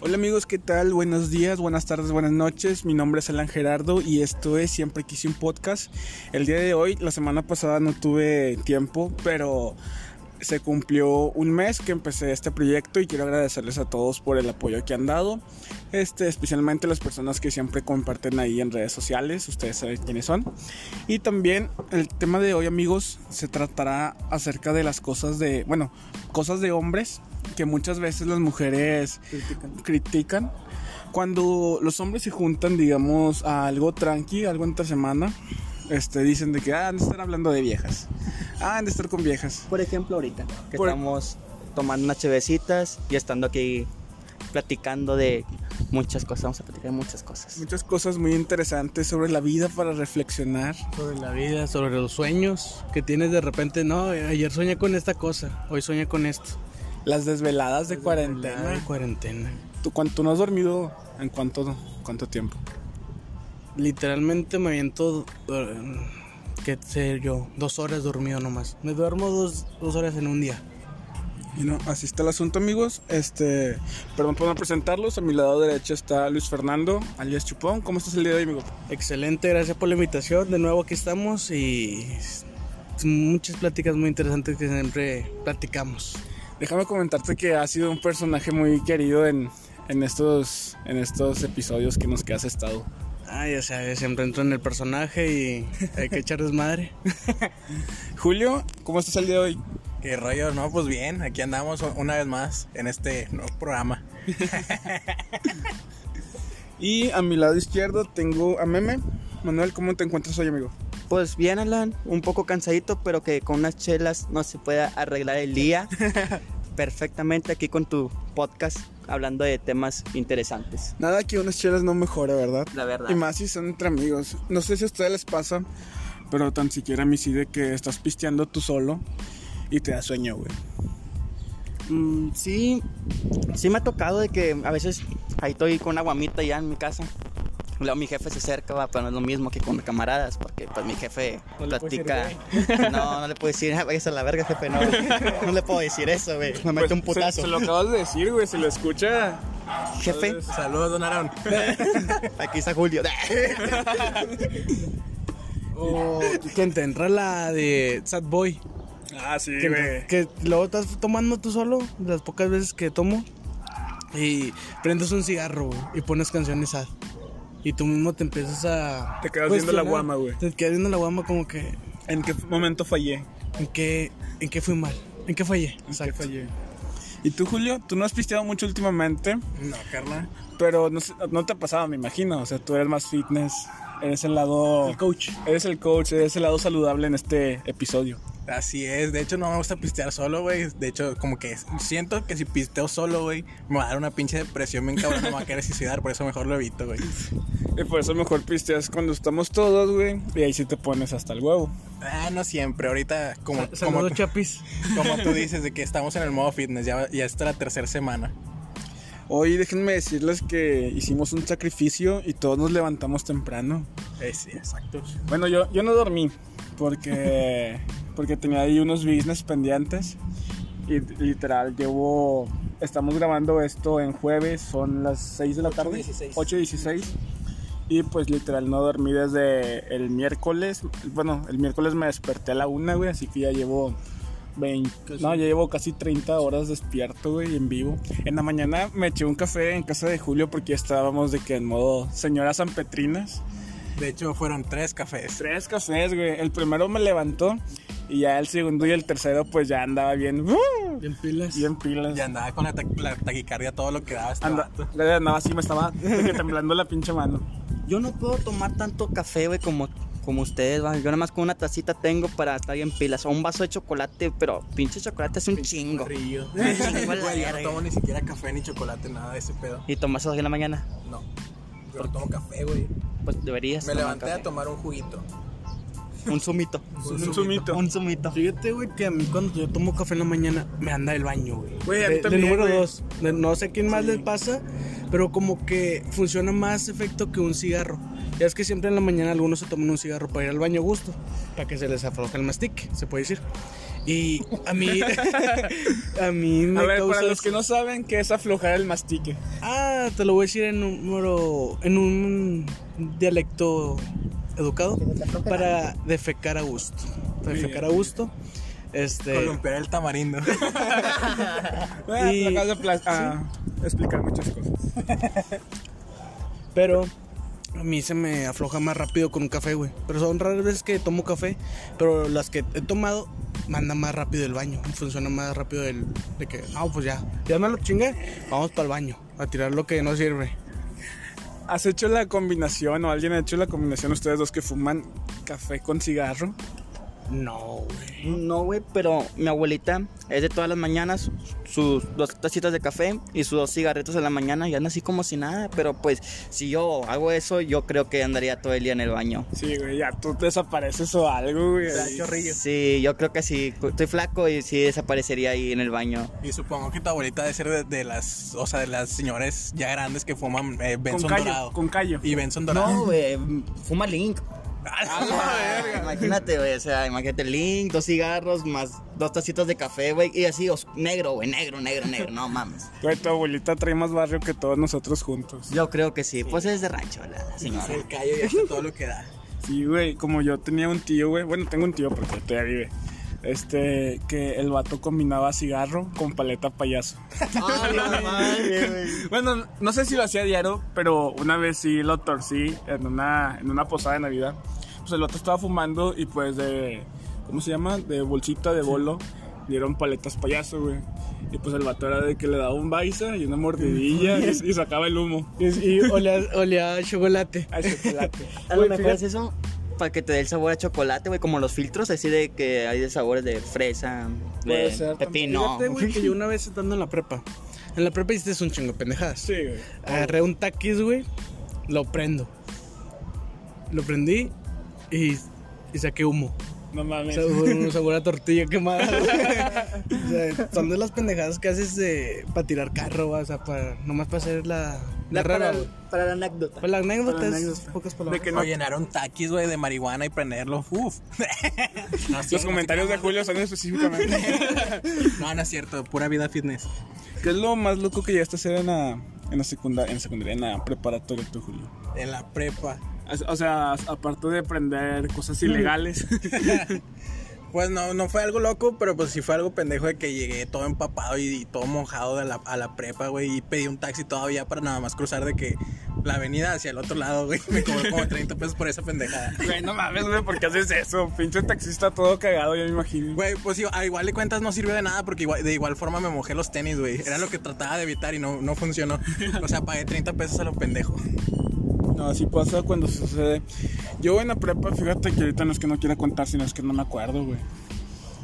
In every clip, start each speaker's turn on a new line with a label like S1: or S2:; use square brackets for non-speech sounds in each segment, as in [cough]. S1: Hola amigos, ¿qué tal? Buenos días, buenas tardes, buenas noches. Mi nombre es Alan Gerardo y esto es Siempre Quise un Podcast. El día de hoy, la semana pasada no tuve tiempo, pero se cumplió un mes que empecé este proyecto y quiero agradecerles a todos por el apoyo que han dado. Este, especialmente las personas que siempre comparten ahí en redes sociales, ustedes saben quiénes son. Y también el tema de hoy, amigos, se tratará acerca de las cosas de, bueno, cosas de hombres que muchas veces las mujeres critican. critican. Cuando los hombres se juntan, digamos, a algo tranqui, algo entre semana, este, dicen de que ah, han de estar hablando de viejas. Ah, han de estar con viejas.
S2: Por ejemplo, ahorita que
S1: Por-
S2: estamos tomando unas chevecitas y estando aquí platicando de muchas cosas. Vamos a platicar de muchas cosas.
S1: Muchas cosas muy interesantes sobre la vida para reflexionar.
S3: Sobre la vida, sobre los sueños que tienes de repente. No, ayer soñé con esta cosa, hoy soñé con esto.
S1: Las desveladas de
S3: La de
S1: cuarentena.
S3: cuarentena.
S1: ¿Tú, cuán- tú no has dormido en cuánto, cuánto tiempo?
S3: Literalmente me aviento, eh, qué sé yo, dos horas dormido nomás. Me duermo dos, dos horas en un día.
S1: Y no, así está el asunto, amigos. Este, perdón por no presentarlos. A mi lado derecho está Luis Fernando, alias Chupón. ¿Cómo estás el día de hoy, amigo?
S3: Excelente, gracias por la invitación. De nuevo aquí estamos y s- muchas pláticas muy interesantes que siempre platicamos.
S1: Déjame comentarte que ha sido un personaje muy querido en, en, estos, en estos episodios que nos que has estado.
S3: Ah, ya sabes, siempre entro en el personaje y hay que echar desmadre.
S1: Julio, ¿cómo estás el día de hoy?
S4: ¿Qué rollo? No, pues bien, aquí andamos una vez más en este nuevo programa.
S1: Y a mi lado izquierdo tengo a Meme. Manuel, ¿cómo te encuentras hoy, amigo?
S2: Pues bien, Alan, un poco cansadito, pero que con unas chelas no se puede arreglar el [laughs] día. Perfectamente aquí con tu podcast hablando de temas interesantes.
S1: Nada que unas chelas no mejora, ¿verdad?
S2: La verdad.
S1: Y más si son entre amigos. No sé si a ustedes les pasa, pero tan siquiera a mí sí de que estás pisteando tú solo y te da sueño, güey.
S2: Mm, sí, sí me ha tocado de que a veces ahí estoy con una guamita ya en mi casa. Luego mi jefe se acerca, va, pero no es lo mismo que con camaradas, porque pues mi jefe
S4: No le puedes
S2: platica. no, no le puedo decir, "Ah, váyase a la verga, jefe, no. No le puedo decir eso, güey. Me mete un putazo.
S1: Pues, Se, lo acabas de decir, güey. Se lo escucha.
S2: Jefe,
S4: Saludos, don Aaron.
S2: aquí está Julio.
S3: O Oh, que te entra la de Sad Boy.
S1: Ah, sí,
S3: que, que luego estás tomando tú solo, las pocas veces que tomo, y prendes un cigarro güey, y pones canciones sad. Y tú mismo te empiezas a.
S1: Te quedas viendo la
S3: cuestionar.
S1: guama, güey.
S3: Te quedas viendo la guama como que.
S1: ¿En qué momento fallé?
S3: ¿En qué, en qué fui mal? ¿En qué fallé?
S1: ¿En qué
S3: Exacto.
S1: fallé? ¿Y tú, Julio? Tú no has pisteado mucho últimamente,
S4: No, Carla.
S1: pero no, sé- no te ha pasado, me imagino. O sea, tú eres más fitness. Eres el lado.
S3: El coach.
S1: Eres el coach, eres el lado saludable en este episodio.
S4: Así es, de hecho no me gusta pistear solo, güey. De hecho, como que siento que si pisteo solo, güey, me va a dar una pinche depresión bien cabrón, me va a querer suicidar, por eso mejor lo evito, güey.
S1: Y por eso mejor pisteas cuando estamos todos, güey. Y ahí sí te pones hasta el huevo.
S4: Ah, no siempre, ahorita como, como,
S3: Saludos, Chapis.
S4: como tú dices, de que estamos en el modo fitness, ya, ya está la tercera semana.
S1: Hoy déjenme decirles que hicimos un sacrificio y todos nos levantamos temprano.
S4: Eh, sí, exacto.
S1: Bueno, yo, yo no dormí porque, porque tenía ahí unos business pendientes. Y literal, llevo... Estamos grabando esto en jueves, son las 6 de la tarde.
S2: 8:16.
S1: 8.16. Y pues literal no dormí desde el miércoles. Bueno, el miércoles me desperté a la una, güey, así que ya llevo 20, no, ya llevo casi 30 horas despierto, güey, en vivo. En la mañana me eché un café en casa de Julio porque ya estábamos de que en modo señoras sanpetrinas.
S4: De hecho, fueron tres cafés.
S1: Tres cafés, güey. El primero me levantó y ya el segundo y el tercero pues ya andaba bien, ¡uh!
S3: Bien pilas.
S1: bien pilas.
S4: Y andaba con la, ta- la taquicardia todo lo que daba. este
S1: Anda-
S4: [laughs] vato.
S1: andaba así, me estaba de que temblando la pinche mano.
S2: Yo no puedo tomar tanto café, güey, como, como ustedes, va. Yo nada más con una tacita tengo para estar bien pilas. O un vaso de chocolate, pero pinche chocolate es un chingo.
S4: Río.
S2: Un chingo a la
S4: [laughs] Güey, yo no
S2: verga.
S4: tomo ni siquiera café ni chocolate, nada de ese pedo.
S2: ¿Y tomas hoy en la mañana?
S4: No. Yo no tomo café, güey.
S2: Pues deberías.
S4: Me
S2: tomar
S4: levanté
S2: café.
S4: a tomar un juguito.
S2: Un zumito.
S1: Un sumito.
S2: Un zumito.
S3: Fíjate, güey, que a mí cuando yo tomo café en la mañana me anda el baño, güey.
S1: Güey, a mí
S3: De-
S1: también,
S3: De número
S1: güey.
S3: dos. De- no sé a quién más les pasa, pero como que funciona más efecto que un cigarro. Ya es que siempre en la mañana algunos se toman un cigarro para ir al baño a gusto, para que se les afloje el mastic, se puede decir. Y a mí. [laughs] a mí me
S1: A ver,
S3: causa
S1: para los
S3: eso.
S1: que no saben, ¿qué es aflojar el mastique?
S3: Ah, Mira, te lo voy a decir en un número, en un dialecto educado para defecar a gusto. Defecar a gusto. Este,
S4: Columpiar el [laughs] tamarindo.
S1: Bueno,
S3: Y-
S1: acabas de plas- ah, explicar muchas cosas.
S3: pero a mí se me afloja más rápido con un café, güey. Pero son raras veces que tomo café, pero las que he tomado manda más rápido el baño, funciona más rápido el de que, no, pues ya, ya me lo chingué, vamos para el baño a tirar lo que no sirve.
S1: ¿Has hecho la combinación o alguien ha hecho la combinación ustedes dos que fuman café con cigarro?
S3: No, güey.
S2: No, güey, pero mi abuelita es de todas las mañanas sus dos tacitas de café y sus dos cigarritos en la mañana y anda así como si nada. Pero pues, si yo hago eso, yo creo que andaría todo el día en el baño.
S1: Sí, güey, ya tú desapareces o algo, güey. así.
S2: Sí, yo creo que sí. Estoy flaco y sí desaparecería ahí en el baño.
S4: Y supongo que tu abuelita debe ser de, de las, o sea, de las señores ya grandes que fuman eh,
S1: Con
S4: Benson
S1: callo,
S4: Dorado.
S1: con callo.
S4: Y Benson Dorado.
S2: No, güey, fuma Link.
S4: Ah,
S2: imagínate, güey, o sea, imagínate Link, dos cigarros más dos tacitas de café, güey, y así, os- negro, güey, negro, negro, negro, no mames.
S1: Güey, tu abuelita trae más barrio que todos nosotros juntos.
S2: Yo creo que sí, pues es de rancho, la señora.
S4: Ah, el callo y hasta todo lo que da.
S1: Sí, güey, como yo tenía un tío, güey. Bueno, tengo un tío porque todavía vive. Este, que el vato combinaba cigarro con paleta payaso.
S2: Ah,
S1: [laughs]
S2: no mames, güey.
S1: Bueno, no sé si lo hacía diario, pero una vez sí lo torcí en una, en una posada de Navidad. Pues el otro estaba fumando y pues de, ¿cómo se llama? De bolsita de bolo, dieron paletas payaso, güey. Y pues el vato era de que le daba un baisa y una
S2: [laughs]
S1: mordidilla y, y sacaba el humo.
S3: Y,
S1: [laughs]
S3: y olía, olía a chocolate.
S1: Al chocolate.
S2: [laughs] A lo
S1: Güey,
S2: mejor es
S1: fíjate-
S2: eso para que te dé el sabor a chocolate, güey, como los filtros, así de que hay de sabores de fresa,
S1: Puede
S2: de
S1: ser,
S2: pepino.
S3: Fíjate, güey, que yo una vez estando en la prepa. En la prepa hiciste un chingo de pendejadas.
S1: Sí, güey.
S3: Agarré un taquis, güey. Lo prendo. Lo prendí y, y saqué humo.
S1: No
S3: O
S1: mames.
S3: sea, hubo un sabor a tortilla quemada. güey. O sea, son de las pendejadas que haces para tirar carro, güey, o sea, para, nomás para hacer la, la rara. güey.
S2: la anécdota.
S3: Pues la anécdota
S1: para la
S3: es
S1: anécdota.
S3: pocas
S1: De
S3: palabras.
S1: [laughs] que
S4: Que
S1: no-
S4: nos llenaron taquis, güey, de marihuana y prenderlo. Uf. [laughs] No, sí,
S1: Los comentarios de Julio son específicamente.
S4: No, no es cierto. Pura vida fitness.
S1: ¿Qué es lo más loco que llegaste a hacer en la, en la, secundaria, en la secundaria, en la preparatoria tú, Julio?
S4: En la prepa.
S1: O sea, aparte de aprender cosas ilegales. [laughs]
S4: Pues no, no fue algo loco, pero pues sí fue algo pendejo de que llegué todo empapado y, y todo mojado de la, a la prepa, güey. Y pedí un taxi todavía para nada más cruzar de que la avenida hacia el otro lado, güey. [laughs] Me cobró como 30 pesos por esa pendejada.
S1: Güey, no mames, güey, ¿por qué haces eso? Pinche taxista todo cagado, yo me imagino.
S4: Güey, pues igual- a igual de cuentas no sirvió de nada porque igual- de igual forma me mojé los tenis, güey. Era lo que trataba de evitar y no, no funcionó. O sea, pagué 30 pesos a lo pendejo.
S1: No, así pasa cuando sucede. Yo en la prepa, fíjate que ahorita no es que no quiera contar, sino es que no me acuerdo, güey.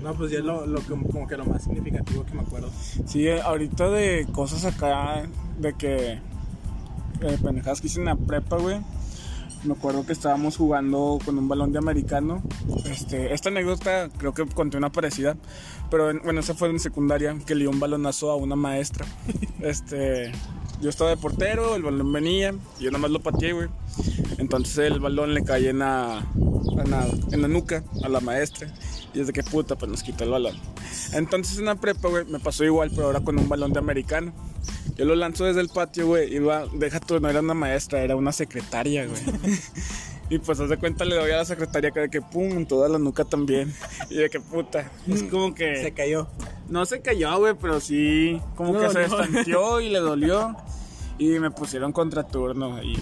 S4: No, pues ya es lo, como que lo más significativo que me acuerdo.
S1: Sí, eh, ahorita de cosas acá, de que eh, pendejadas que hice en la prepa, güey. Me acuerdo que estábamos jugando con un balón de americano. Este, esta anécdota creo que conté una parecida, pero en- bueno, esa fue en secundaria, que le dio un balonazo a una maestra. Este, yo estaba de portero, el balón venía, y yo nada más lo pateé, güey. Entonces el balón le cae en la, en la, en la nuca a la maestra. Y es de que puta, pues nos quitó el balón. Entonces en la prepa, güey, me pasó igual, pero ahora con un balón de americano. Yo lo lanzo desde el patio, güey. Iba, deja tú, no era una maestra, era una secretaria, güey. [laughs] Y pues, haz de cuenta, le doy a la secretaria que de que pum, en toda la nuca también. Y de que puta. Es como que.
S4: Se cayó.
S1: No se cayó, güey, pero sí. Como
S3: No,
S1: que se
S3: no.
S1: estanqueó y le
S3: [laughs]
S1: dolió. Y me pusieron contraturno y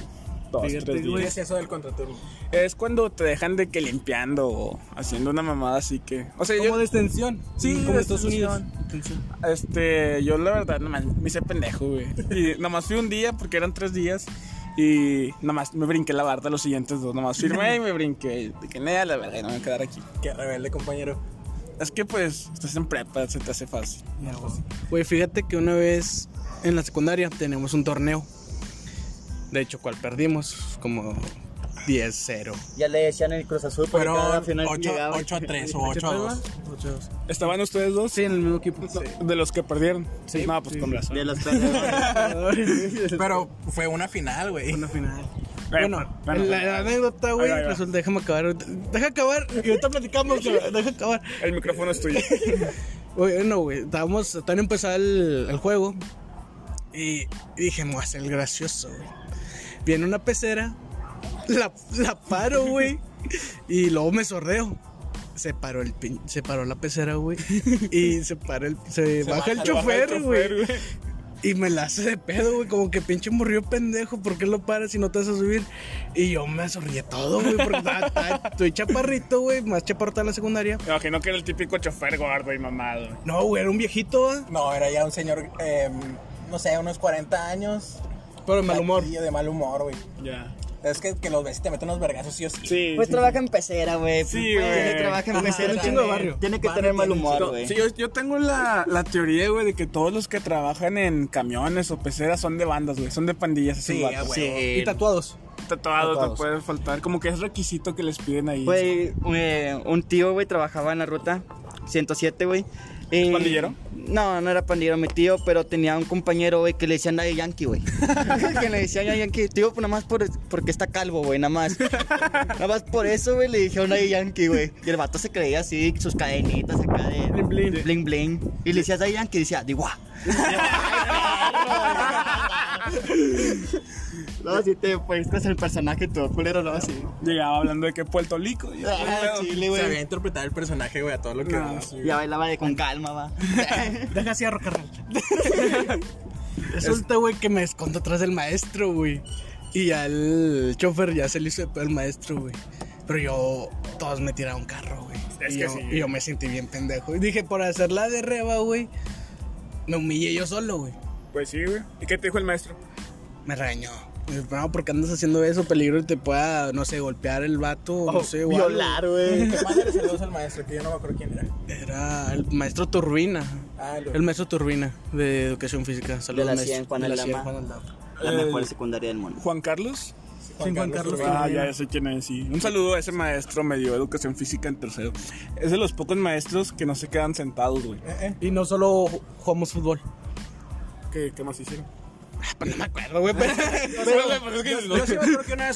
S1: dos,
S3: Fíjate,
S1: tres
S3: güey.
S1: días.
S4: ¿Qué es eso del contraturno?
S1: Es cuando te dejan de que limpiando o haciendo una mamada así que. O sea,
S3: Como
S1: yo.
S3: de extensión.
S1: Sí,
S3: como
S1: de
S3: Estados Unidos.
S1: Este, yo la verdad, nomás me hice pendejo, güey. Y nomás fui un día porque eran tres días. Y nomás me brinqué la barda los siguientes dos. Nomás firmé y me brinqué. De que nada, la verdad, no me voy a quedar aquí.
S4: Qué rebelde, compañero.
S1: Es que pues, estás en prepa, se te hace fácil.
S3: Güey, fíjate que una vez en la secundaria tenemos un torneo. De hecho, ¿cuál perdimos? Como 10-0.
S2: Ya le decían el Cruz Azul, pero cada
S4: Fueron
S2: final
S4: 8,
S2: llegaba.
S4: a
S2: [laughs]
S4: 3 o 8 a 2.
S1: ¿Estaban ustedes dos?
S3: Sí, en el mismo equipo.
S1: De los que perdieron.
S3: Sí.
S1: No, pues
S3: Sí.
S1: con razón.
S2: De los perdedores.
S4: Pero fue una final, güey.
S3: Una final.
S1: Bueno,
S3: Bueno,
S1: bueno,
S3: la, la anécdota, güey,
S1: Ahí va, ahí va.
S3: resulta, déjame acabar, ahorita- deja acabar, y ahorita platicamos, güey, deja acabar.
S1: El
S3: [laughs]
S1: micrófono es tuyo.
S3: Güey, Bueno, güey, estábamos, tan empezado el, el juego, Y dije, me voy a hacer el gracioso, güey. Viene una pecera, la, la paro, güey. Y luego me sorreo. Se paró, el pin- se paró la pecera, güey. Y se, para el, se, baja, el chofer, güey. Y me la hace de pedo, güey. Como que pinche morrió pendejo. ¿Por qué lo paras si no te vas a subir? Y yo me sonríe todo, güey. Porque estaba- estaba- estoy chaparrito, güey. Más chaparrito en la secundaria.
S1: Me imagino que era el típico chofer gordo y mamado.
S3: No, güey, era un viejito, ah,
S4: No, era ya un señor, eh, no sé, unos 40 años.
S3: Pero de mal humor.
S4: Platillo De mal humor, güey.
S1: Ya.
S4: Es que, que los ves y te meten unos vergazos, sí o sí.
S1: Sí.
S2: Pues trabaja en pecera, güey.
S1: Sí,
S2: Pues,
S1: güey.
S2: Trabaja en pecera.
S3: un chingo de barrio.
S2: Tiene que tener mal humor, güey.
S1: Sí, yo, yo tengo la, la teoría, güey, de que todos los que trabajan en camiones o peceras son de bandas, güey. Son de pandillas. esos
S4: Sí,
S1: vatos.
S4: a huevo.
S2: Sí.
S3: Y [laughs] tatuados.
S1: Tatuados, no
S4: Tatuados.
S1: puede faltar. Como que es requisito que les piden ahí.
S2: Güey, eh, un tío, güey, trabajaba en la ruta 107, güey. Eh,
S1: ¿Pandillero?
S2: No, no era pandillero mi tío, pero tenía un compañero, güey, que le decían Daddy Yankee, [laughs] güey. que le decían Daddy Yankee. Tío, pues, nada más por, porque está calvo, güey, nada más. nada más por eso, güey, le dijeron Daddy Yankee, güey. Y el vato se creía así, sus cadenitas acá de... Bling, bling. Bling, Y le decías Daddy Yankee y decía, Diwa. [laughs] no, si te puestas el personaje todo culero, no, así.
S1: [laughs] Llegaba hablando de que Puerto Rico. y-
S2: Ah, chile, güey.
S4: Sabía interpretar el personaje, güey, a todo lo que
S1: No,
S4: daba.
S1: sí.
S2: Ya bailaba de con calma, va.
S3: Deja así a carnal. [laughs] Resulta, este güey, que me escondo atrás del maestro, güey. Y ya el chofer ya se le hizo de pedo al maestro, güey. Pero yo, todos me tiraron carro, güey.
S1: Es
S3: y,
S1: que
S3: yo-
S1: sí.
S3: y yo me sentí bien pendejo. Y dije, por hacerla de reba, güey, me humillé yo solo, güey.
S1: Pues sí, güey. ¿Y qué te dijo el maestro?
S3: Me regañó. Me dijo, no, porque andas haciendo eso, peligro que te pueda, no sé, golpear el vato, o no sé, o algo".
S2: Oh, Violar, güey.
S4: Mándale saludos al maestro, que yo no me acuerdo quién era.
S3: Era el maestro Turbina.
S4: Ah, lo-
S3: El maestro Turbina de Educación Física. Saludos,
S2: la
S3: maestro.
S2: cien, Juan
S3: De la
S2: Aldama.
S3: cien, Juan Aldama.
S2: La mejor secundaria del mundo.
S1: Juan Carlos.
S3: Sí, Juan Carlos
S1: Ah,
S3: Turbina.
S1: ya, ya sé quién es, sí. Un saludo a ese maestro, me dio educación física en tercero. Es de los pocos maestros que no se quedan sentados, güey.
S3: Y no solo jugamos fútbol.
S1: ¿Qué, qué más hicieron?
S3: Pues no me acuerdo, güey, [laughs] pero...
S4: Yo sí me acuerdo que una vez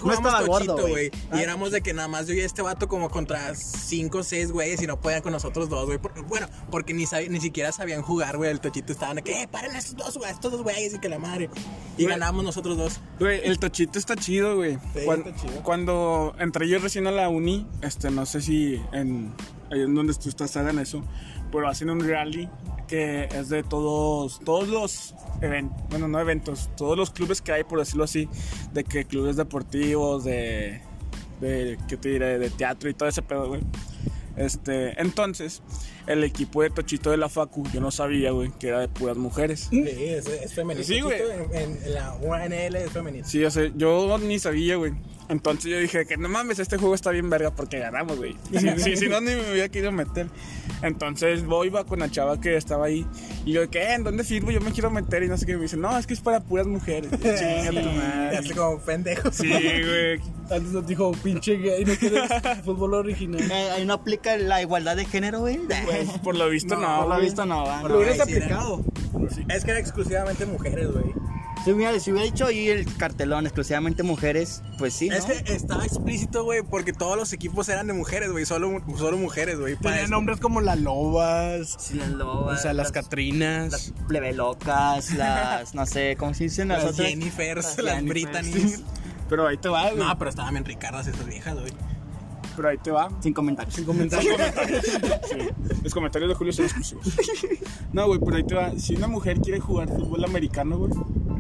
S2: No
S4: jugamos
S2: estaba gordo,
S4: tochito,
S2: güey.
S4: güey. Y éramos de que nada más yo y este vato como contra cinco o seis güeyes y no podían con nosotros dos, güey. Por- Bueno, porque ni, sabi- ni siquiera sabían jugar, güey. El tochito estaban de que, eh, paren a estos dos, güey, a estos dos güeyes y que la madre. Y
S1: Güey.
S4: ganábamos nosotros dos.
S1: Güey, el tochito está chido, güey.
S4: Sí,
S1: Cuan-
S4: está chido.
S1: Cuando entré yo recién a la uni, este, no sé si en, ahí en donde tú estás hagan eso, pero hacen un rally que es de todos, todos los eventos, bueno, no eventos, todos los clubes que hay, por decirlo así, de que clubes deportivos, de, de ¿qué te diré?, de teatro y todo ese pedo, güey. Este, entonces, el equipo de Tochito de la Facu, yo no sabía, güey, que era de puras mujeres.
S4: Sí, es, es femenino.
S1: Sí, güey.
S4: Tochito En, en la UNL es femenino.
S1: Sí, o sea, yo ni sabía, güey. Entonces yo dije que no mames, este juego está bien verga porque ganamos, güey. Sí, sí, [laughs] si no, ni me hubiera querido meter. Entonces voy, va con la chava que estaba ahí. Y yo, ¿qué? ¿En dónde firmo? Yo me quiero meter. Y no sé qué. Y me dice, no, es que es para puras [laughs] mujeres. Chinga tu
S4: Y
S1: madre.
S4: así como pendejos.
S1: Sí,
S4: [laughs]
S1: güey.
S3: Antes nos dijo, pinche gay, no [laughs] quieres fútbol original.
S2: Eh, Ahí no aplica la igualdad de género, güey.
S1: Pues, por lo visto,
S4: No,
S1: no.
S2: Por lo
S1: güey.
S2: visto, [laughs] no, va.
S4: Por
S2: no.
S4: lo-
S3: hubieras
S4: Ay, sí,
S3: aplicado.
S4: Es que era exclusivamente mujeres, güey.
S2: Si hubiera, si hubiera hecho ahí el cartelón exclusivamente mujeres, pues sí, ¿no?
S4: Es que estaba explícito, güey, porque todos los equipos eran de mujeres, güey. Solo, mu- solo mujeres, güey. para
S3: Tenía
S4: eso.
S3: nombres como las lobas,
S2: Sí, las lobas,
S3: o sea, las
S2: las
S3: catrinas.
S2: plebelocas, las, no sé, ¿cómo se dicen las,
S4: Las
S2: otras?
S4: Jennifers,
S2: Las
S4: las
S2: Jennifers.
S4: Britannies.
S1: Pero ahí te va, güey.
S4: No, pero estaban bien ricardas esas viejas, güey.
S1: Pero ahí te va.
S2: Sin comentarios.
S1: Sí. Los comentarios de Julio son exclusivos. [laughs] No, güey, pero ahí te va. Si una mujer quiere jugar fútbol americano, güey.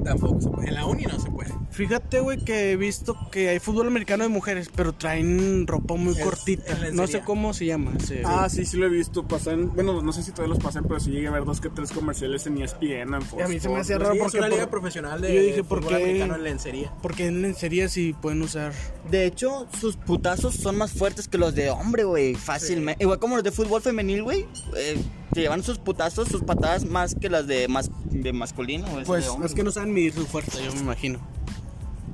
S4: Tampoco se puede. En la uni no se puede.
S3: Fíjate, güey, que he visto que hay fútbol americano de mujeres, pero traen ropa muy
S4: Es- es
S3: cortita.
S4: lencería.
S3: No sé cómo se llama. ese-
S1: Ah, sí, sí lo he visto. Pasan, bueno, no sé si todavía los pasan, pero sí llegué a ver dos que tres comerciales en E ESPN, en Fox
S3: a mí se
S1: Sports.
S3: me hacía raro
S4: Sí, es
S3: porque,
S4: una liga
S3: por-
S4: profesional de
S3: yo dije, ¿por
S4: fútbol
S3: qué?
S4: americano en lencería.
S3: porque en lencería sí pueden usar.
S2: De hecho, sus putazos son más fuertes que los de hombre, güey. Fácilmente. Igual como los de fútbol femenil, güey. eh, te llevan sus putazos, sus patadas más que las de, mas- de masculino. güey,
S3: Pues
S2: de hombre.
S3: es que no saben medir su fuerza, yo me imagino.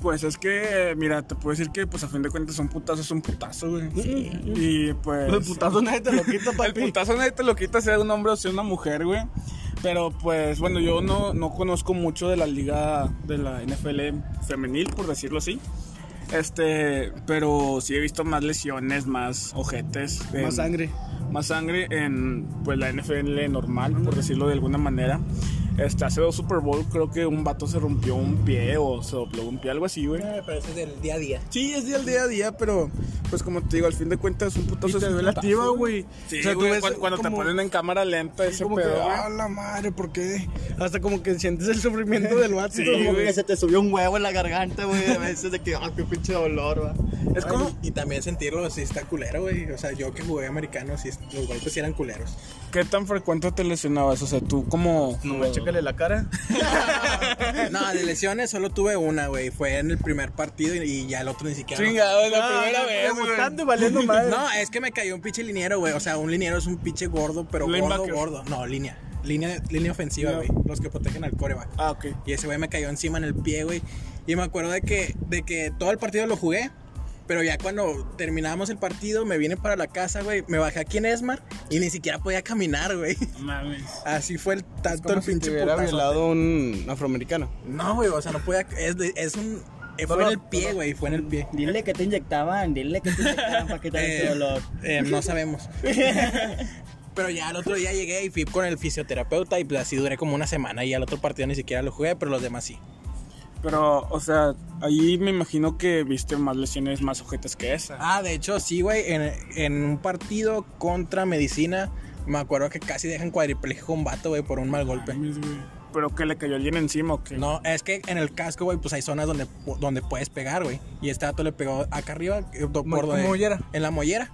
S1: Pues es que, eh, mira, te puedo decir que, pues a fin de cuentas, un putazo es un putazo, güey. Y pues.
S3: El putazo nadie te
S2: [laughs]
S3: lo quita,
S1: El
S3: papi.
S1: putazo nadie te lo quita, sea un hombre o sea una mujer, güey. Pero pues, bueno, yo no, no conozco mucho de la liga de la NFL femenil, por decirlo así. Este, pero sí he visto más lesiones, más ojetes. en-
S3: Más sangre.
S1: más sangre en pues la NFL normal, por decirlo de alguna manera. Este, hace dos Super Bowl creo que un vato se rompió un pie o se dobló un pie, algo así, güey.
S4: Eh, pero eso es del día a día.
S1: Sí, es del día a día, pero pues como te digo, al fin de cuentas un putazo
S3: Y
S1: es
S3: te
S1: un
S3: duele a
S1: putazo,
S3: ti, va, güey.
S1: Sí,
S3: O sea, tú
S1: güey,
S3: ves
S1: cuando, cuando te
S3: como-
S1: ponen en cámara lenta ese
S3: Como que,
S1: pedo, güey.
S3: ah, la madre, ¿por qué? Hasta como que sientes
S2: [laughs]
S3: el sufrimiento del vato.
S1: Sí,
S3: como
S1: güey.
S3: que-
S2: se te subió un huevo en la garganta, güey. A veces de que, ah, qué pinche dolor, va.
S1: Es como
S4: Y, y también sentirlo así está culero, güey. O sea, yo que jugué americano, sí, los golpes sí eran culeros.
S1: qué tan frecuente te lesionabas, o sea, tú como
S3: No, güey, chécale la cara.
S4: No, de lesiones solo tuve una, güey. Fue en el primer partido y, y ya el otro ni siquiera.
S1: chingado, la primera
S3: Ah,
S1: vez, güey.
S3: rebotando y valiendo madre.
S4: No, es que me cayó un pinche liniero, güey. O sea, un liniero es un pinche gordo, pero gordo,
S1: Linebacker.
S4: gordo. No, línea. Línea, línea ofensiva,
S1: No.
S4: güey. Los que protegen al coreback.
S1: Ah, ok.
S4: Y ese güey me cayó encima en el pie, güey. Y me acuerdo de que, de que todo el partido lo jugué. Pero ya cuando terminamos el partido, me vine para la casa, güey. Me bajé aquí en Esmar y ni siquiera podía caminar, güey. [laughs]
S1: Mames.
S4: Así fue el tanto
S3: Como
S4: el
S3: si te
S4: pinche
S3: hubiera
S4: putazo.
S3: violado un afroamericano.
S4: No, güey, o sea, no podía. Es, de- es un. eh, fue
S3: Dolor,
S4: en el pie, güey. Fue en el pie.
S2: Dile que te inyectaban, dile que te inyectaban para que te
S4: [laughs] Eh, eh, no sabemos. Pero ya al otro día llegué y fui con el fisioterapeuta y pues así duré como una semana y al otro partido ni siquiera lo jugué, pero los demás sí.
S1: Pero, o sea, ahí me imagino que viste más lesiones más ojetas que esa.
S4: Ah, de hecho, sí, güey. En, en un partido contra medicina, me acuerdo que casi dejan cuadripléjico a un vato, güey, por un mal golpe.
S1: Mames, güey. Pero que le cayó alguien encima o qué?
S4: No, es que en el casco, güey, pues hay zonas donde, donde puedes pegar, güey. Y este vato le pegó acá arriba, eh, do-
S3: Como-
S4: por donde-
S3: como mollera.
S4: En la mollera.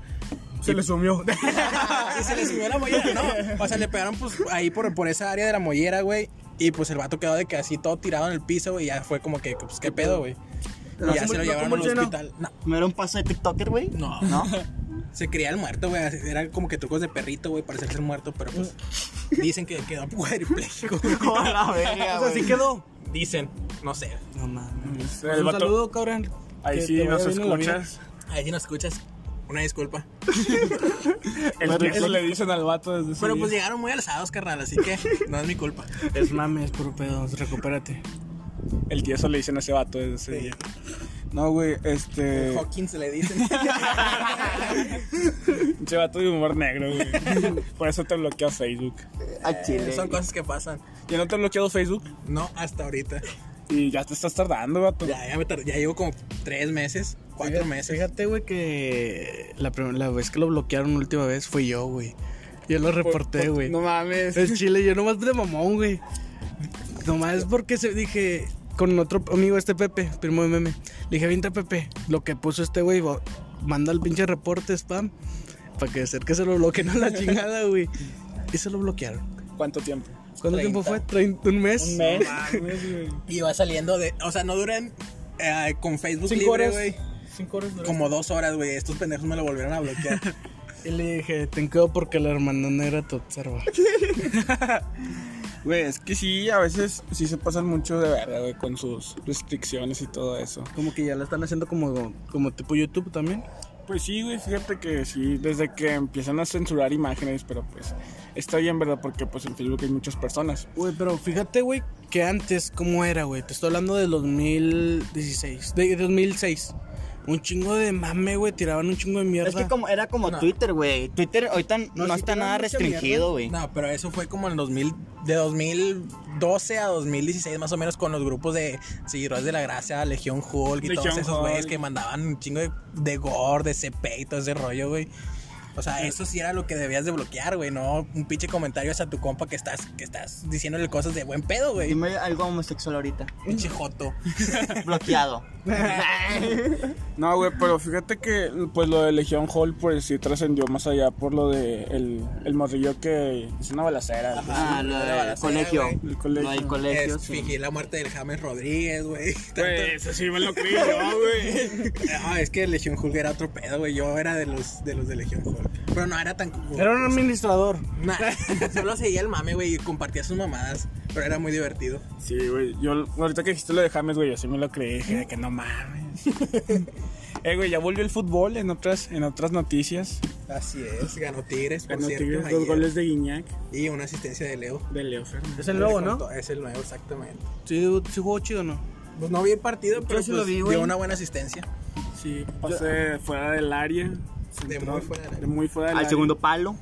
S1: se le sumió.
S4: Y se le subió la mollera, ¿no? O sea, le pegaron pues ahí por, por esa área de la mollera, güey. Y pues el vato quedó de que así todo tirado en el piso, güey. y Ya fue como que, pues qué pedo, güey.
S2: Pero
S4: Y ya
S2: ¿cómo-
S4: se
S2: no,
S4: lo llevaron
S2: cómo el
S4: al
S2: chino?
S4: hospital. No,
S2: ¿No era un paso de TikToker,
S4: [laughs]
S2: güey?
S4: no.
S2: No.
S4: Se creía el muerto, güey. Era como que trucos de perrito, güey, para hacerse el muerto, pero pues dicen que quedó cuadripléjico. güey.
S2: Hola, [laughs] verga, güey.
S3: Así quedó.
S4: Dicen, no sé.
S3: No
S1: [laughs]
S3: mames.
S1: El
S3: Un
S1: vato-
S3: saludo, cabrón.
S1: Ahí
S3: Que
S1: sí
S3: te vaya
S1: nos
S3: bien en la vida.
S1: escuchas.
S4: Ahí si nos escuchas, una disculpa.
S1: El eso le dicen al vato desde ese
S4: Pero pues
S1: día.
S4: llegaron muy alzados, carnal, así que no es mi culpa.
S3: Es mames, puro pedo. Recupérate.
S1: El tieso le dicen a ese vato desde ese
S4: Sí.
S1: día. No, güey, este.
S4: Hawkins le dicen.
S1: Ese vato de humor negro,
S3: [laughs]
S1: güey. Por eso te bloquea Facebook.
S2: A Chile.
S4: Son cosas que pasan.
S1: ¿Ya no te ha bloqueado Facebook?
S4: No hasta ahorita.
S1: Y ya te estás tardando, vato.
S4: Ya, ya, me tardé, ya llevo como tres meses, cuatro
S3: Fíjate-
S4: meses.
S3: Fíjate, güey, que la, prim- la vez que lo bloquearon última vez fue yo, güey. Yo lo reporté, güey.
S1: No mames.
S3: Es chile, yo nomás de mamón, güey. Nomás porque se dije con otro amigo, este Pepe, primo de meme. Le dije, vente Pepe, lo que puso este güey, va- manda el pinche reporte spam para que ser que se lo bloqueen a
S1: [laughs]
S3: la chingada, güey. Y se lo bloquearon.
S1: ¿Cuánto tiempo?
S3: ¿Cuánto
S4: 30.
S3: tiempo fue? ¿Trein- ¿Un mes?
S1: Un
S3: [laughs]
S1: mes. mames, güey.
S4: Y va saliendo de. O sea, no duran eh, con Facebook
S1: Cinco
S4: libre,
S1: horas.
S4: güey.
S1: Cinco horas duró.
S4: Como dos horas, güey. Estos pendejos me lo volvieron a bloquear.
S3: Y le dije, te enquedo porque la hermana negra te observa.
S1: Güey, es que sí, a veces sí se pasan mucho de verga, güey, con sus restricciones y todo eso.
S3: Como que ya la están haciendo como, como tipo YouTube también.
S1: Pues sí, güey, fíjate que sí, desde que empiezan a censurar imágenes, pero pues está bien, ¿verdad? Porque pues en Facebook hay muchas personas.
S3: Güey, pero fíjate, güey, que antes, ¿cómo era, güey? Te estoy hablando del 2016, de 2006. Un chingo de mame, güey, tiraban un chingo de mierda.
S2: Es que como, era como
S4: No.
S2: Twitter, güey. Twitter ahorita no,
S3: sí
S2: está
S3: tiene
S2: nada
S3: mucha
S2: restringido, güey.
S4: No, pero eso fue como en 2000. De 2012 a 2016, más o menos, con los grupos de seguidores de la gracia, Legión Hulk y todos
S1: Legión
S4: esos güeyes
S1: Hulk.
S4: que mandaban un chingo de, de gore, de CP y todo ese rollo, güey. O sea, eso sí era lo que debías de bloquear, güey, no un pinche comentario hacia tu compa que estás, que estás diciéndole cosas de buen pedo, güey.
S2: Dime algo homosexual ahorita.
S4: Pinche joto. [laughs]
S2: Bloqueado.
S1: No, güey, pero fíjate que pues lo de Legión Hall pues sí trascendió más allá por lo de el, el morrillo que hizo una balacera. pues,
S2: ah, lo
S4: la
S2: del
S4: balacera,
S2: colegio.
S4: güey.
S1: El colegio.
S2: Lo del
S4: Es,
S2: colegio. sí.
S4: Fingí la muerte del James Rodríguez, güey. [laughs]
S1: Güey, Pues, eso sí me lo creí yo, güey.
S4: No, Ah, es que Legión Hulk era otro pedo, güey. Yo era de los de, los de Legión Hulk. Pero no era tan.
S3: Era un administrador.
S1: [laughs]
S4: Nah, solo seguía el mame, güey, y compartía sus mamadas. Pero era muy divertido.
S1: [laughs] Sí, güey, yo ahorita que dijiste lo de James, güey, yo sí me lo creí, dije de que no mames. [laughs] eh, güey, ya volvió el fútbol en otras en otras noticias.
S4: Así es, Pues ganó Tigres, por
S1: Ganó
S4: cierto.
S1: Tigres,
S4: ayer.
S1: dos goles de Guiñac
S4: Y una asistencia de Leo.
S1: de Leo Fernández.
S3: Es el nuevo, ¿no?
S4: Con to- Es el nuevo, exactamente.
S3: Sí, sí jugó chido, ¿no?
S4: Pues no vi el partido, pero
S2: sí lo
S4: pues,
S2: vi, güey.
S4: dio una buena asistencia.
S1: Sí, pasé fuera del área.
S4: De
S1: entró
S4: muy fuera del área.
S1: de muy fuera del
S2: Al
S1: área.
S2: segundo palo.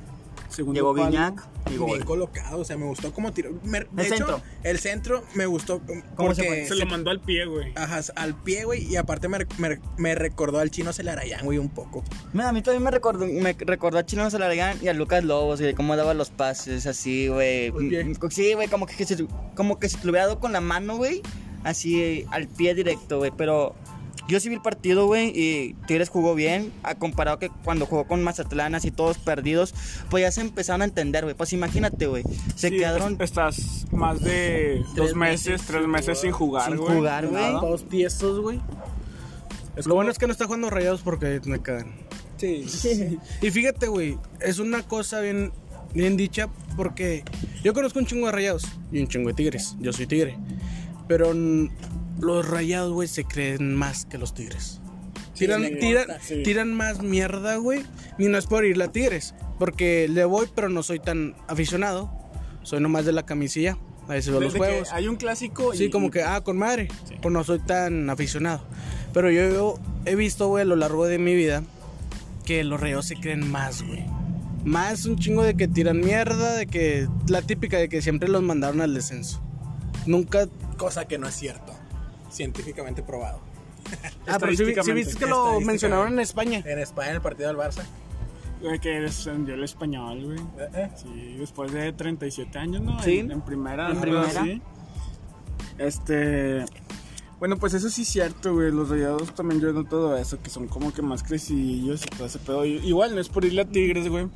S1: Segundo
S2: Llegó
S1: palo.
S2: Guiñac y gol.
S4: Bien colocado, o sea, me gustó cómo tiró. Me- de
S2: El
S4: hecho,
S2: centro.
S4: el centro me gustó
S2: ¿Cómo se
S4: porque
S1: Se lo mandó al pie, güey.
S4: ajá, al pie, güey, y aparte me, me- me recordó al chino Celarayán, güey, un poco.
S2: Mira, a mí también me recordó, me recordó a Chino Salaragán y a Lucas Lobos, y de cómo daba los pases, así, güey. Mm,
S4: Muy bien.
S2: Sí, güey, como que, que se, como que se te lo hubiera dado con la mano, güey, así eh, al pie directo, güey. Pero yo sí vi el partido, güey, y Tigres jugó bien, a comparado que cuando jugó con Mazatlán, así todos perdidos, pues ya se empezaron a entender, güey. Pues imagínate, güey, se
S1: Sí,
S2: quedaron
S1: Estás más de dos meses, tres meses sin jugar,
S2: sin
S1: güey.
S2: jugar, güey.
S1: Nada.
S3: Todos tiesos, güey. Lo bueno es que no está jugando rayados porque me cagan.
S1: Sí.
S3: [laughs] Y fíjate, güey, es una cosa bien, bien dicha porque yo conozco un chingo de rayados y un chingo de tigres. Yo soy tigre. Pero mm, los rayados, güey, se creen más que los tigres. Tiran,
S1: sí,
S3: tiran,
S1: sí.
S3: tiran más mierda, güey. Y no es por ir a tigres. Porque le voy, pero no soy tan aficionado. Soy nomás de la camisilla. A veces veo los
S1: Desde que
S3: juegos.
S1: hay un clásico y-
S3: Sí, como que, ah, con madre. Pues no soy tan aficionado. Pero yo, yo he visto, güey, a lo largo de mi vida que los reos se creen más, güey. Más un chingo de que tiran mierda, de que la típica de que siempre los mandaron al descenso. Nunca.
S4: Cosa que no es cierto, científicamente probado.
S3: Ah, pero sí, vi- sí viste que lo
S4: Estadísticamente.
S3: mencionaron en España.
S4: En España, en el partido del Barça.
S1: Güey, que descendió el español, güey.
S4: eh, eh.
S1: Sí, después de 37 años, ¿no?
S2: Sí.
S1: En, en primera.
S2: En
S1: ¿no?
S2: primera.
S1: Sí. Este. Bueno, pues eso sí es cierto, güey. Los rayados también yo noto todo eso, que son como que más crecidillos y todo ese pedo. Y- Igual no es por irle a Tigres, güey.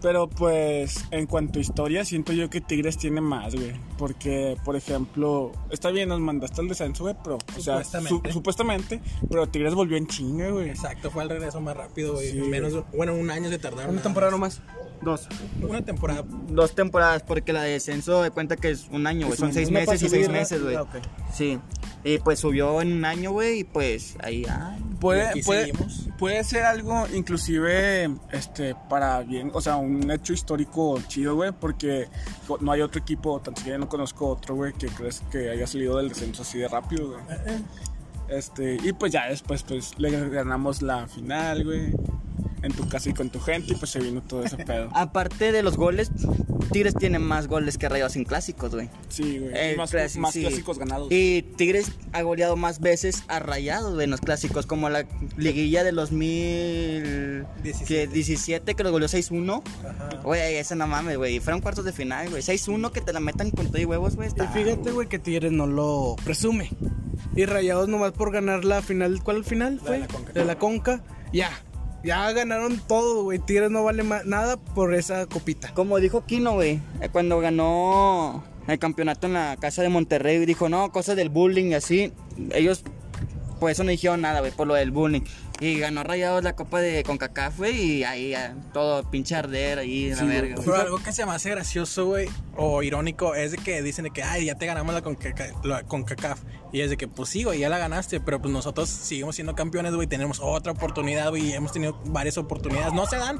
S1: Pero pues en cuanto a historia, siento yo que Tigres tiene más, güey. Porque, por ejemplo, está bien, nos mandaste al descenso, güey, pero, o sea,
S4: Supuestamente.
S1: su- supuestamente, pero Tigres volvió en chinga, güey.
S4: Exacto, fue el regreso más rápido, güey.
S1: Sí,
S4: Menos, bueno, un año se tardaron.
S3: Una
S4: nada
S3: temporada nomás.
S1: Dos.
S4: más. Una temporada.
S2: Dos temporadas, porque la de descenso de cuenta que es un año, güey. Son seis
S3: Una
S2: meses
S3: para
S2: y seis
S3: subirla,
S2: meses, güey.
S3: ah, ok.
S2: Sí. Y pues subió en un año, güey, y pues ahí, ay.
S4: Y
S1: Puede,
S4: aquí
S1: puede,
S4: seguimos.
S1: puede ser algo inclusive este para bien, o sea, un hecho histórico chido, güey, porque jo- no hay otro equipo, tan siquiera no conozco otro, güey, que crees que haya salido del descenso así de rápido, güey. Este, y pues ya después pues le ganamos la final, güey, en tu casa y con tu gente y pues se vino todo ese pedo.
S2: [laughs] Aparte de los goles, Tigres tiene más goles que Rayados en clásicos, güey.
S1: Sí, güey,
S2: Eh,
S1: más,
S2: clásico,
S1: más
S2: sí.
S1: clásicos ganados.
S2: Y Tigres ha goleado más veces a Rayados güey, en los clásicos, como la liguilla de los mil... que- 17 que los goleó 6-1. Güey, esa no mames, güey. Fueron cuartos de final, güey. 6-1 que te la metan con todo y huevos, güey.
S3: Y
S4: Ah,
S2: está-
S3: fíjate, güey, que Tigres no lo presume. Y Rayados nomás por ganar la final. ¿Cuál final fue?
S4: de la Conca.
S3: De la Conca. Ya. Ya ganaron todo, güey. Tigres no vale ma- nada por esa copita.
S2: Como dijo Kino, güey, eh, cuando ganó el campeonato en la casa de Monterrey, dijo, no, cosas del bullying y así. Ellos, pues eso no dijeron nada, güey, por lo del bullying. Y ganó Rayados la copa de CONCACAF, güey, y ahí ah, todo pinche arder, ahí, la verga. güey.
S4: Pero algo que se me hace gracioso, güey, o irónico, es de que dicen de que, ay, ya te ganamos la, Concaca- la CONCACAF. Y es de que, pues sí, güey, ya la ganaste, pero pues nosotros seguimos siendo campeones, güey, tenemos otra oportunidad, güey, y hemos tenido varias oportunidades. No se dan,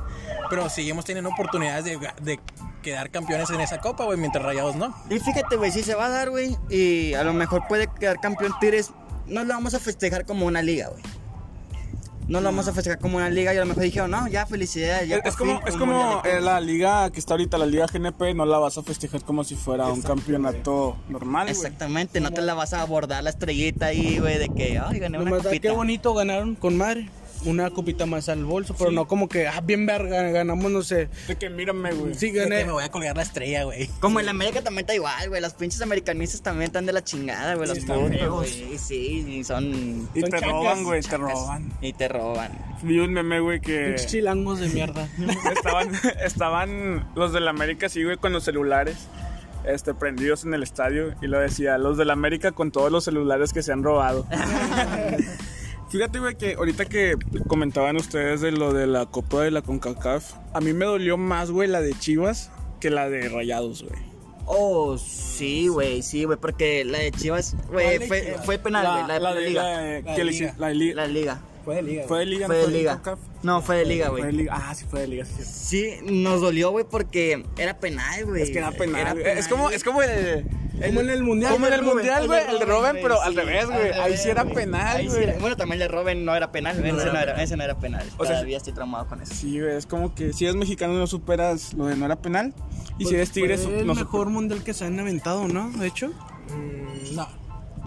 S4: pero seguimos teniendo oportunidades de, de quedar campeones en esa copa, güey, mientras Rayados no.
S2: Y fíjate, güey, sí se va a dar, güey, y a lo mejor puede quedar campeón Tigres. No lo vamos a festejar como una liga, güey. No lo vamos a festejar como una liga y a lo mejor dijeron, no, ya felicidades. Ya
S1: Es,
S2: por
S1: es como,
S2: fin,
S1: es
S2: un
S1: como
S2: mundial de
S1: eh, la liga que está ahorita, la liga GNP, no la vas a festejar como si fuera un campeonato normal, güey.
S2: Exactamente, no te la vas a abordar la estrellita ahí, güey, de que, ay, gané una
S3: Nomás da, qué
S2: copita.
S3: bonito ganaron con madre. Una copita más al bolso, pero no como que, ah, bien verga, ganamos, no sé.
S1: De que mírame, güey.
S3: Sí,
S4: De que
S3: gané.
S4: me voy a colgar la estrella, güey.
S2: Como en la América también está igual, güey, los pinches americanistas también están de la chingada, güey, los putos, güey, sí, y son...
S1: Y
S3: Son
S1: te
S3: chacas,
S1: roban, güey, te
S2: chacas,
S1: roban.
S2: Y te roban.
S1: Vi un meme, güey, que
S3: Pinches chilangos de mierda.
S1: [laughs] estaban, estaban los del América, sí, güey, con los celulares este, prendidos en el estadio. Y lo decía, los del América con todos los celulares que se han
S3: [laughs]
S1: robado. Fíjate, güey, que ahorita que comentaban ustedes de lo de la Copa de la CONCACAF, a mí me dolió más, güey, la de Chivas que la de Rayados, güey.
S2: Oh, sí, güey, sí, güey, porque la de Chivas,
S4: ¿Cuál
S2: güey,
S4: de
S2: fue,
S4: Chivas?
S2: fue penal, güey, la, la
S1: de
S2: liga.
S1: la de-
S4: La
S1: que le
S4: liga.
S1: hicieron- la de liga.
S2: La liga.
S4: Fue de liga.
S1: ¿Fue de liga?
S2: Fue
S1: no
S2: de liga.
S1: CONCACAF?
S2: No, fue de liga,
S1: Fue de
S2: güey.
S1: liga. Ah, sí, fue de liga, sí, sí.
S2: Sí, nos dolió, güey, porque era penal, güey.
S1: Es que era penal. güey. es,
S2: penal,
S1: como,
S2: güey.
S1: es como el.
S3: Como en el mundial.
S1: Como en el
S3: Robert?
S1: mundial, güey, el de Robben, pero al
S2: sí,
S1: revés, güey. Ahí sí era
S2: Ah, güey.
S1: penal,
S2: Ahí sí era-
S1: güey.
S2: Bueno, también el de Robben no era penal. ese, no era, ese no era penal.
S1: O sea,
S2: Todavía estoy traumado con eso.
S1: Sí, güey, es como que si eres mexicano no superas lo de no era penal. Y si eres tigre,
S3: Pues Fue el
S1: no
S3: mejor mundial que se han aventado, ¿no? De hecho.
S4: Mm, no.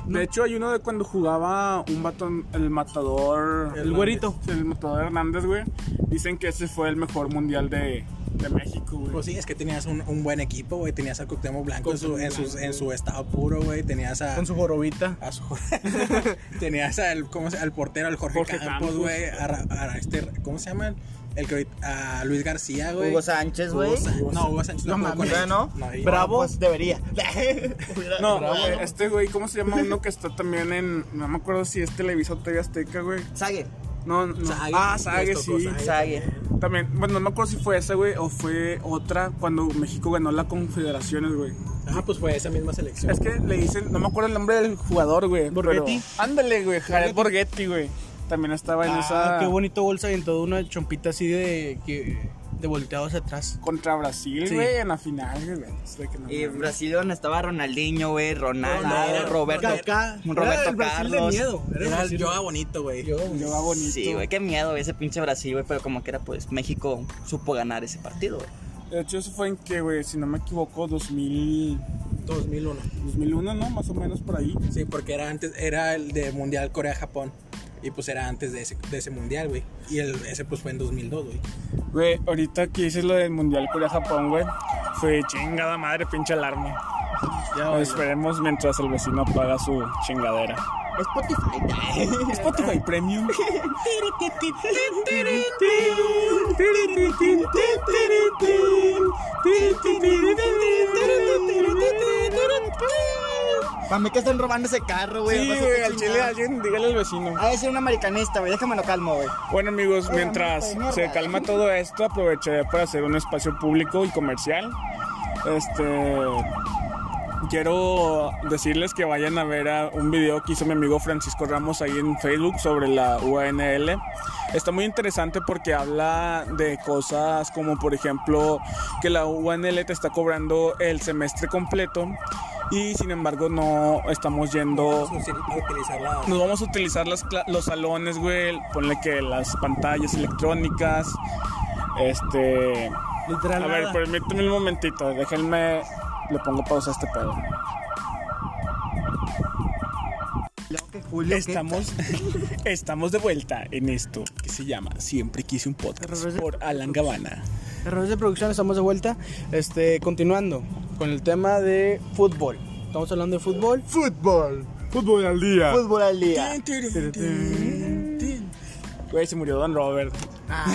S1: De hecho, hay uno de cuando jugaba un vato, el matador.
S4: El
S1: El güerito. El matador Hernández, güey. Dicen que ese fue el mejor mundial de, de México, güey.
S4: Pues sí, es que tenías un, un buen equipo, güey. Tenías a Cuauhtémoc Blanco en su, en,
S1: Cuauhtémoc
S4: sus- en su estado puro, güey. Tenías a...
S3: Con su jorobita.
S4: a su- [laughs] tenías al, ¿cómo se- al portero, al Jorge,
S1: Jorge
S4: Campos,
S1: Campos.
S4: güey. A, Ra- a este, ¿Cómo se llama? El que ahorita- a Luis García, güey.
S2: Hugo Sánchez, güey.
S4: Hugo Sánchez. No, Hugo Sánchez no,
S2: No
S4: jugó con
S2: mames,
S4: ellos.
S2: ¿no?
S4: ahí-
S3: Bravo.
S2: Pues [laughs] debería.
S1: no, güey, este güey, ¿cómo se llama uno que está también en. No me acuerdo si es Televisa o TV Azteca, güey.
S2: Sague.
S1: No, no.
S4: Zague,
S1: ah,
S4: les
S1: Sague,
S4: tocó
S1: sí.
S4: Zague.
S2: Sague.
S1: También, bueno, no me acuerdo si fue esa, güey, o fue otra cuando México ganó la Confederaciones, güey.
S4: Ah, pues fue esa misma selección.
S1: Es que le dicen, no me acuerdo el nombre del jugador, güey.
S3: ¿Borghetti?
S1: pero- ándale, güey, Jared Borghetti, güey. También estaba en
S3: Ah,
S1: esa.
S3: qué bonito bolsa y en todo una chompita así de, que- de volteado hacia atrás.
S1: Contra Brasil,
S3: Sí.
S1: güey, en la final, güey. Es de que no
S2: Y
S1: mames.
S2: Brasil donde estaba Ronaldinho, güey, Ronaldo,
S4: Ronaldo,
S2: Roberto,
S3: Kaká.
S2: un
S3: Era
S2: Roberto
S3: el Brasil de
S2: Carlos.
S3: miedo. Era el
S4: Era
S3: Brasil
S4: el
S3: de-
S4: Yoa bonito, güey.
S1: Yo va bonito.
S2: Sí, güey, qué miedo güey, ese pinche Brasil, güey, pero como que era pues México supo ganar ese partido, güey.
S1: De hecho, eso fue en que, güey, si no me equivoco, 2000,
S4: 2001.
S1: 2001, ¿no? Más o menos por ahí.
S4: Sí, porque era antes, era el de Mundial Corea-Japón. Y pues era antes de ese, de ese mundial, güey. Y el, ese pues fue en 2002, güey.
S1: Güey, ahorita que dices lo del Mundial Corea-Japón, güey, fue chingada madre, pinche alarma. Esperemos mientras el vecino apaga su chingadera. Spotify. Spotify Premium.
S2: [laughs] Para mí que están robando ese carro,
S1: Sí, güey, al chile alguien, dígale al vecino.
S2: Ha de ser un americanista, güey, déjamelo calmo, güey.
S1: Bueno amigos, mientras se calma todo esto, aprovecharé para hacer un espacio público y comercial. Este quiero decirles que vayan a ver a un video que hizo mi amigo Francisco Ramos ahí en Facebook sobre la UNL. Está muy interesante porque habla de cosas como por ejemplo que la UNL te está cobrando el semestre completo y sin embargo no estamos yendo
S4: Vamos a utilizar la-
S1: nos vamos a utilizar las cla- los salones, güey. Ponle que las pantallas electrónicas. Este.
S3: Literal.
S1: a ver,
S3: nada.
S1: permíteme un momentito. Déjenme. Le pongo pausa a este pedo. Estamos, [laughs] estamos de vuelta en esto que se llama Siempre quise un podcast
S3: Errores de-
S1: por Alan Gavana.
S3: Errores de producción, estamos de vuelta. Este, continuando con el tema de fútbol. Estamos hablando de fútbol.
S1: Fútbol, fútbol al día.
S2: Ah. Fútbol al día.
S1: Güey, se murió Don Robert.
S2: Ah.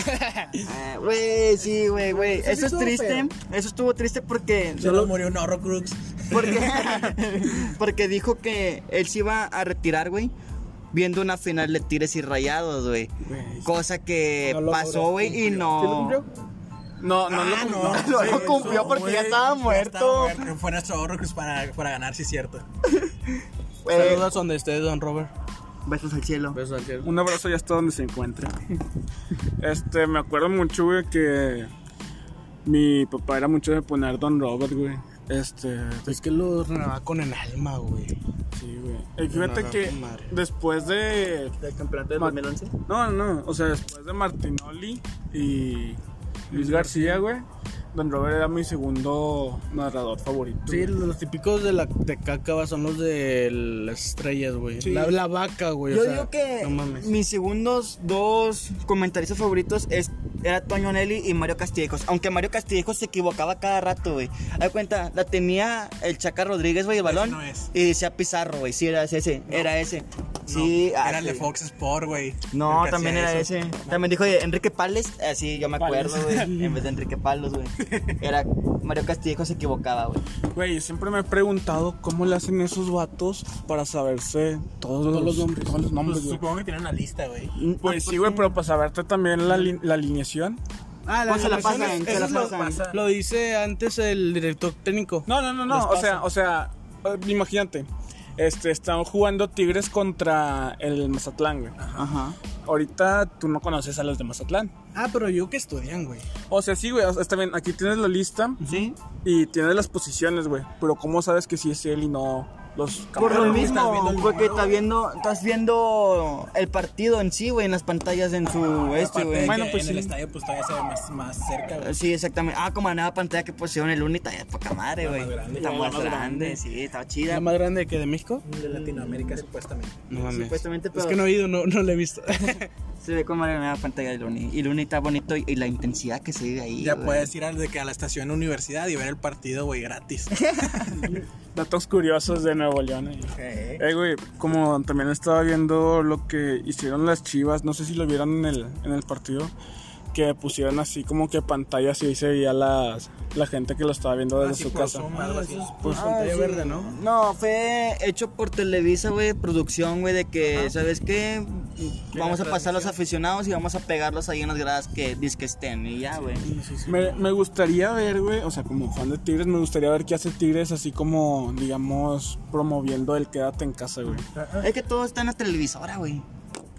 S3: [laughs]
S2: Güey, sí, güey, güey.
S3: sí
S2: Eso es
S3: estuvo
S2: triste.
S3: feo.
S2: Eso estuvo triste porque
S4: Solo murió un Horrocrux.
S2: Porque, porque dijo que él se iba a retirar, güey. Viendo una final de tires y rayados, güey. Cosa que
S3: No lo
S2: pasó,
S3: logró,
S2: güey, y
S3: ¿Sí lo
S2: no.
S3: cumplió?
S1: No, no,
S4: Ah,
S1: no, no.
S2: [laughs] no lo cumplió porque ya estaba
S4: güey,
S2: muerto.
S4: estaba muerto. Fue nuestro Horrocrux para, para ganar, sí es cierto.
S2: Eh,
S3: Saludos donde esté Don Robert.
S2: Besos al cielo.
S3: Besos al cielo.
S1: Un abrazo ya hasta donde se encuentra. Este, me acuerdo mucho, güey, que mi papá era mucho de poner Don Robert, güey. Este,
S3: Es que lo renova con el alma, güey.
S1: sí, güey. Y fíjate
S3: No, no,
S1: que
S3: madre.
S1: después de.
S2: ¿Del campeonato del
S1: Ma-
S2: 2011?
S1: No, no, o sea, después de Martinoli y Luis García, güey, Don Robert era mi segundo narrador favorito.
S3: Sí,
S1: güey.
S3: los típicos de la de Cácaba son los de las estrellas, güey. La, la vaca, güey. o
S2: Yo
S3: sea,
S2: digo que
S3: No mames.
S2: mis segundos dos comentaristas favoritos es, era Toño Nelly y Mario Castillejos. Aunque Mario Castillejos se equivocaba cada rato, güey. Haz cuenta, la tenía el Chaca Rodríguez, güey, el balón.
S4: no es.
S2: Y decía Pizarro, güey. Sí, era ese, ese, era ese. sí,
S4: No,
S2: ah,
S4: era el de
S2: sí.
S4: Fox Sport, güey.
S2: No,
S4: El que
S2: también
S4: hacía
S2: era
S4: eso.
S2: ese. También dijo eh, Enrique Pales. Así yo me acuerdo,
S1: Pales.
S2: güey. En vez de Enrique Palos, güey. Era Mario Castillejos se equivocaba, güey.
S1: Güey, yo siempre me he preguntado cómo le hacen esos vatos para saberse todos,
S3: Todos
S1: los,
S3: los nombres.
S1: todos los nombres,
S4: Pues,
S1: güey.
S4: supongo que tiene una lista, güey.
S1: Pues sí, güey, pero para saberte también la, li- la alineación.
S3: Ah,
S2: Pues se la
S3: animación
S2: pasan,
S3: es-
S2: se la
S3: eso es
S2: pasan.
S3: Lo, lo dice antes el director técnico.
S1: No, no, no, no. O sea, o sea, eh, imagínate. Este, están jugando Tigres contra el Mazatlán, güey.
S2: Ajá.
S1: Ahorita tú no conoces a los de Mazatlán.
S3: Ah, pero yo que estudian, güey.
S1: O sea, sí, güey. o sea, está bien, aquí tienes la lista
S2: Sí.
S1: y tienes las posiciones, güey. Pero ¿cómo sabes que sí es él y no los
S2: Por
S1: camaradas,
S2: lo
S1: güey?
S4: estás
S2: mismo,
S4: viendo el
S2: porque
S4: número,
S2: estás viendo, estás viendo el partido en sí, güey, en las pantallas en
S4: Ah,
S2: su este,
S4: Aparte de
S2: güey.
S4: que
S1: Bueno, pues
S4: en
S1: sí.
S4: el estadio pues todavía se ve más, más cerca, güey.
S2: Sí, exactamente. Ah, como la nueva pantalla que pusieron el Unita, ya poca madre, güey.
S4: más grande.
S2: Está
S4: La
S2: más
S4: más
S2: grande, sí, está chida. pues,
S3: ¿La más grande que de México?
S4: De Latinoamérica supuestamente.
S3: No mames.
S2: Supuestamente, pero
S3: Es que no he ido, no, no la he visto.
S2: se ve como la nueva pantalla del Uni. Y el Uni está bonito y, y la intensidad que se vive ahí.
S4: Ya
S2: güey.
S3: pues.
S4: puedes ir al, de que a la estación universidad y ver el partido, güey, gratis.
S1: Datos curiosos de Nuevo León. eh. Eh, güey, como también estaba viendo lo que hicieron las chivas, no sé si lo vieron en el, en el partido, que pusieron así como que pantallas y ahí se veía las, la gente que lo estaba viendo desde
S4: Así
S1: su
S4: por
S1: casa.
S4: Zoom, algo así.
S3: Pues
S2: Ah,
S3: pantalla
S2: sí.
S3: verde, ¿no?
S2: No, fue hecho por Televisa, güey, producción, güey, de que, ¿sabes qué? Vamos a pasar a los aficionados y vamos a pegarlos ahí en las gradas que que estén y ya, güey.
S1: Me, me gustaría ver, güey, o sea, como fan de Tigres, me gustaría ver qué hace Tigres así como, digamos, promoviendo el quédate en casa, güey.
S2: Es que todo está en la televisora, güey.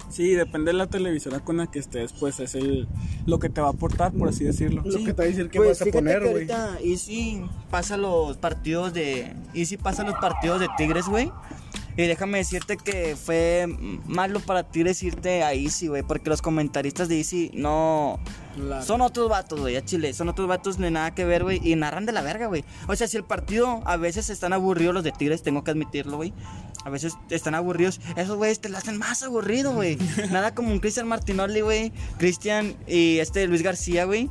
S1: Sí, depende de la televisora con la que estés, pues es el, lo que te va a aportar, por así decirlo.
S3: Lo que te va a decir que
S2: Pues,
S3: vas a
S2: fíjate
S3: poner,
S2: que
S3: güey.
S2: ahorita Easy pasa los partidos de Easy pasa los partidos de Tigres, güey. Y déjame decirte que fue malo para Tigres irte a Easy, güey, porque los comentaristas de Easy no son otros vatos, güey, a Chile, son otros vatos ni nada que ver, güey, y narran de la verga, güey. O sea, si el partido a veces están aburridos los de Tigres, tengo que admitirlo, güey. A veces están aburridos. Esos güeyes te lo hacen más aburrido, güey.
S1: [laughs]
S2: Nada como un Cristian Martinoli, güey. Cristian y este Luis García, güey.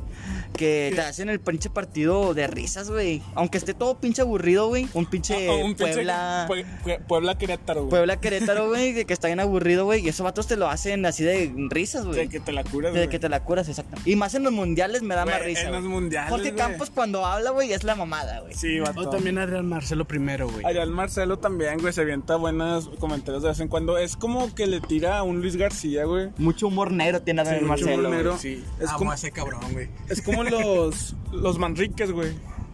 S2: Que te hacen el pinche partido de risas, güey. Aunque esté todo pinche aburrido, güey. Un pinche
S1: O [laughs] Ah, un pinche
S2: Puebla.
S1: Pue- Pue- Puebla Querétaro, güey.
S2: Puebla Querétaro, güey. de Que está bien aburrido, güey. Y esos vatos te lo hacen así de risas, güey.
S1: De que te la curas,
S2: Desde
S1: güey.
S2: que te la curas, exacto. Y más en los mundiales me da más
S1: Güey,
S2: risa.
S1: en los
S2: güey.
S1: mundiales,
S2: Jorge
S1: güey.
S2: Campos cuando habla, güey, es la mamada, güey.
S1: Sí, vato.
S3: O también Adrián Marcelo primero, güey.
S1: Ariel Marcelo también, güey, se avienta buenos comentarios de vez en cuando. Es como que le tira a un Luis García, güey.
S2: Mucho humor negro tiene Adrián
S1: mucho
S2: Marcelo.
S1: humor
S2: güey.
S1: negro.
S3: sí.
S1: Es
S4: Amo
S1: como,
S4: a ese cabrón, güey.
S1: es [laughs] como los, los Manriques, güey.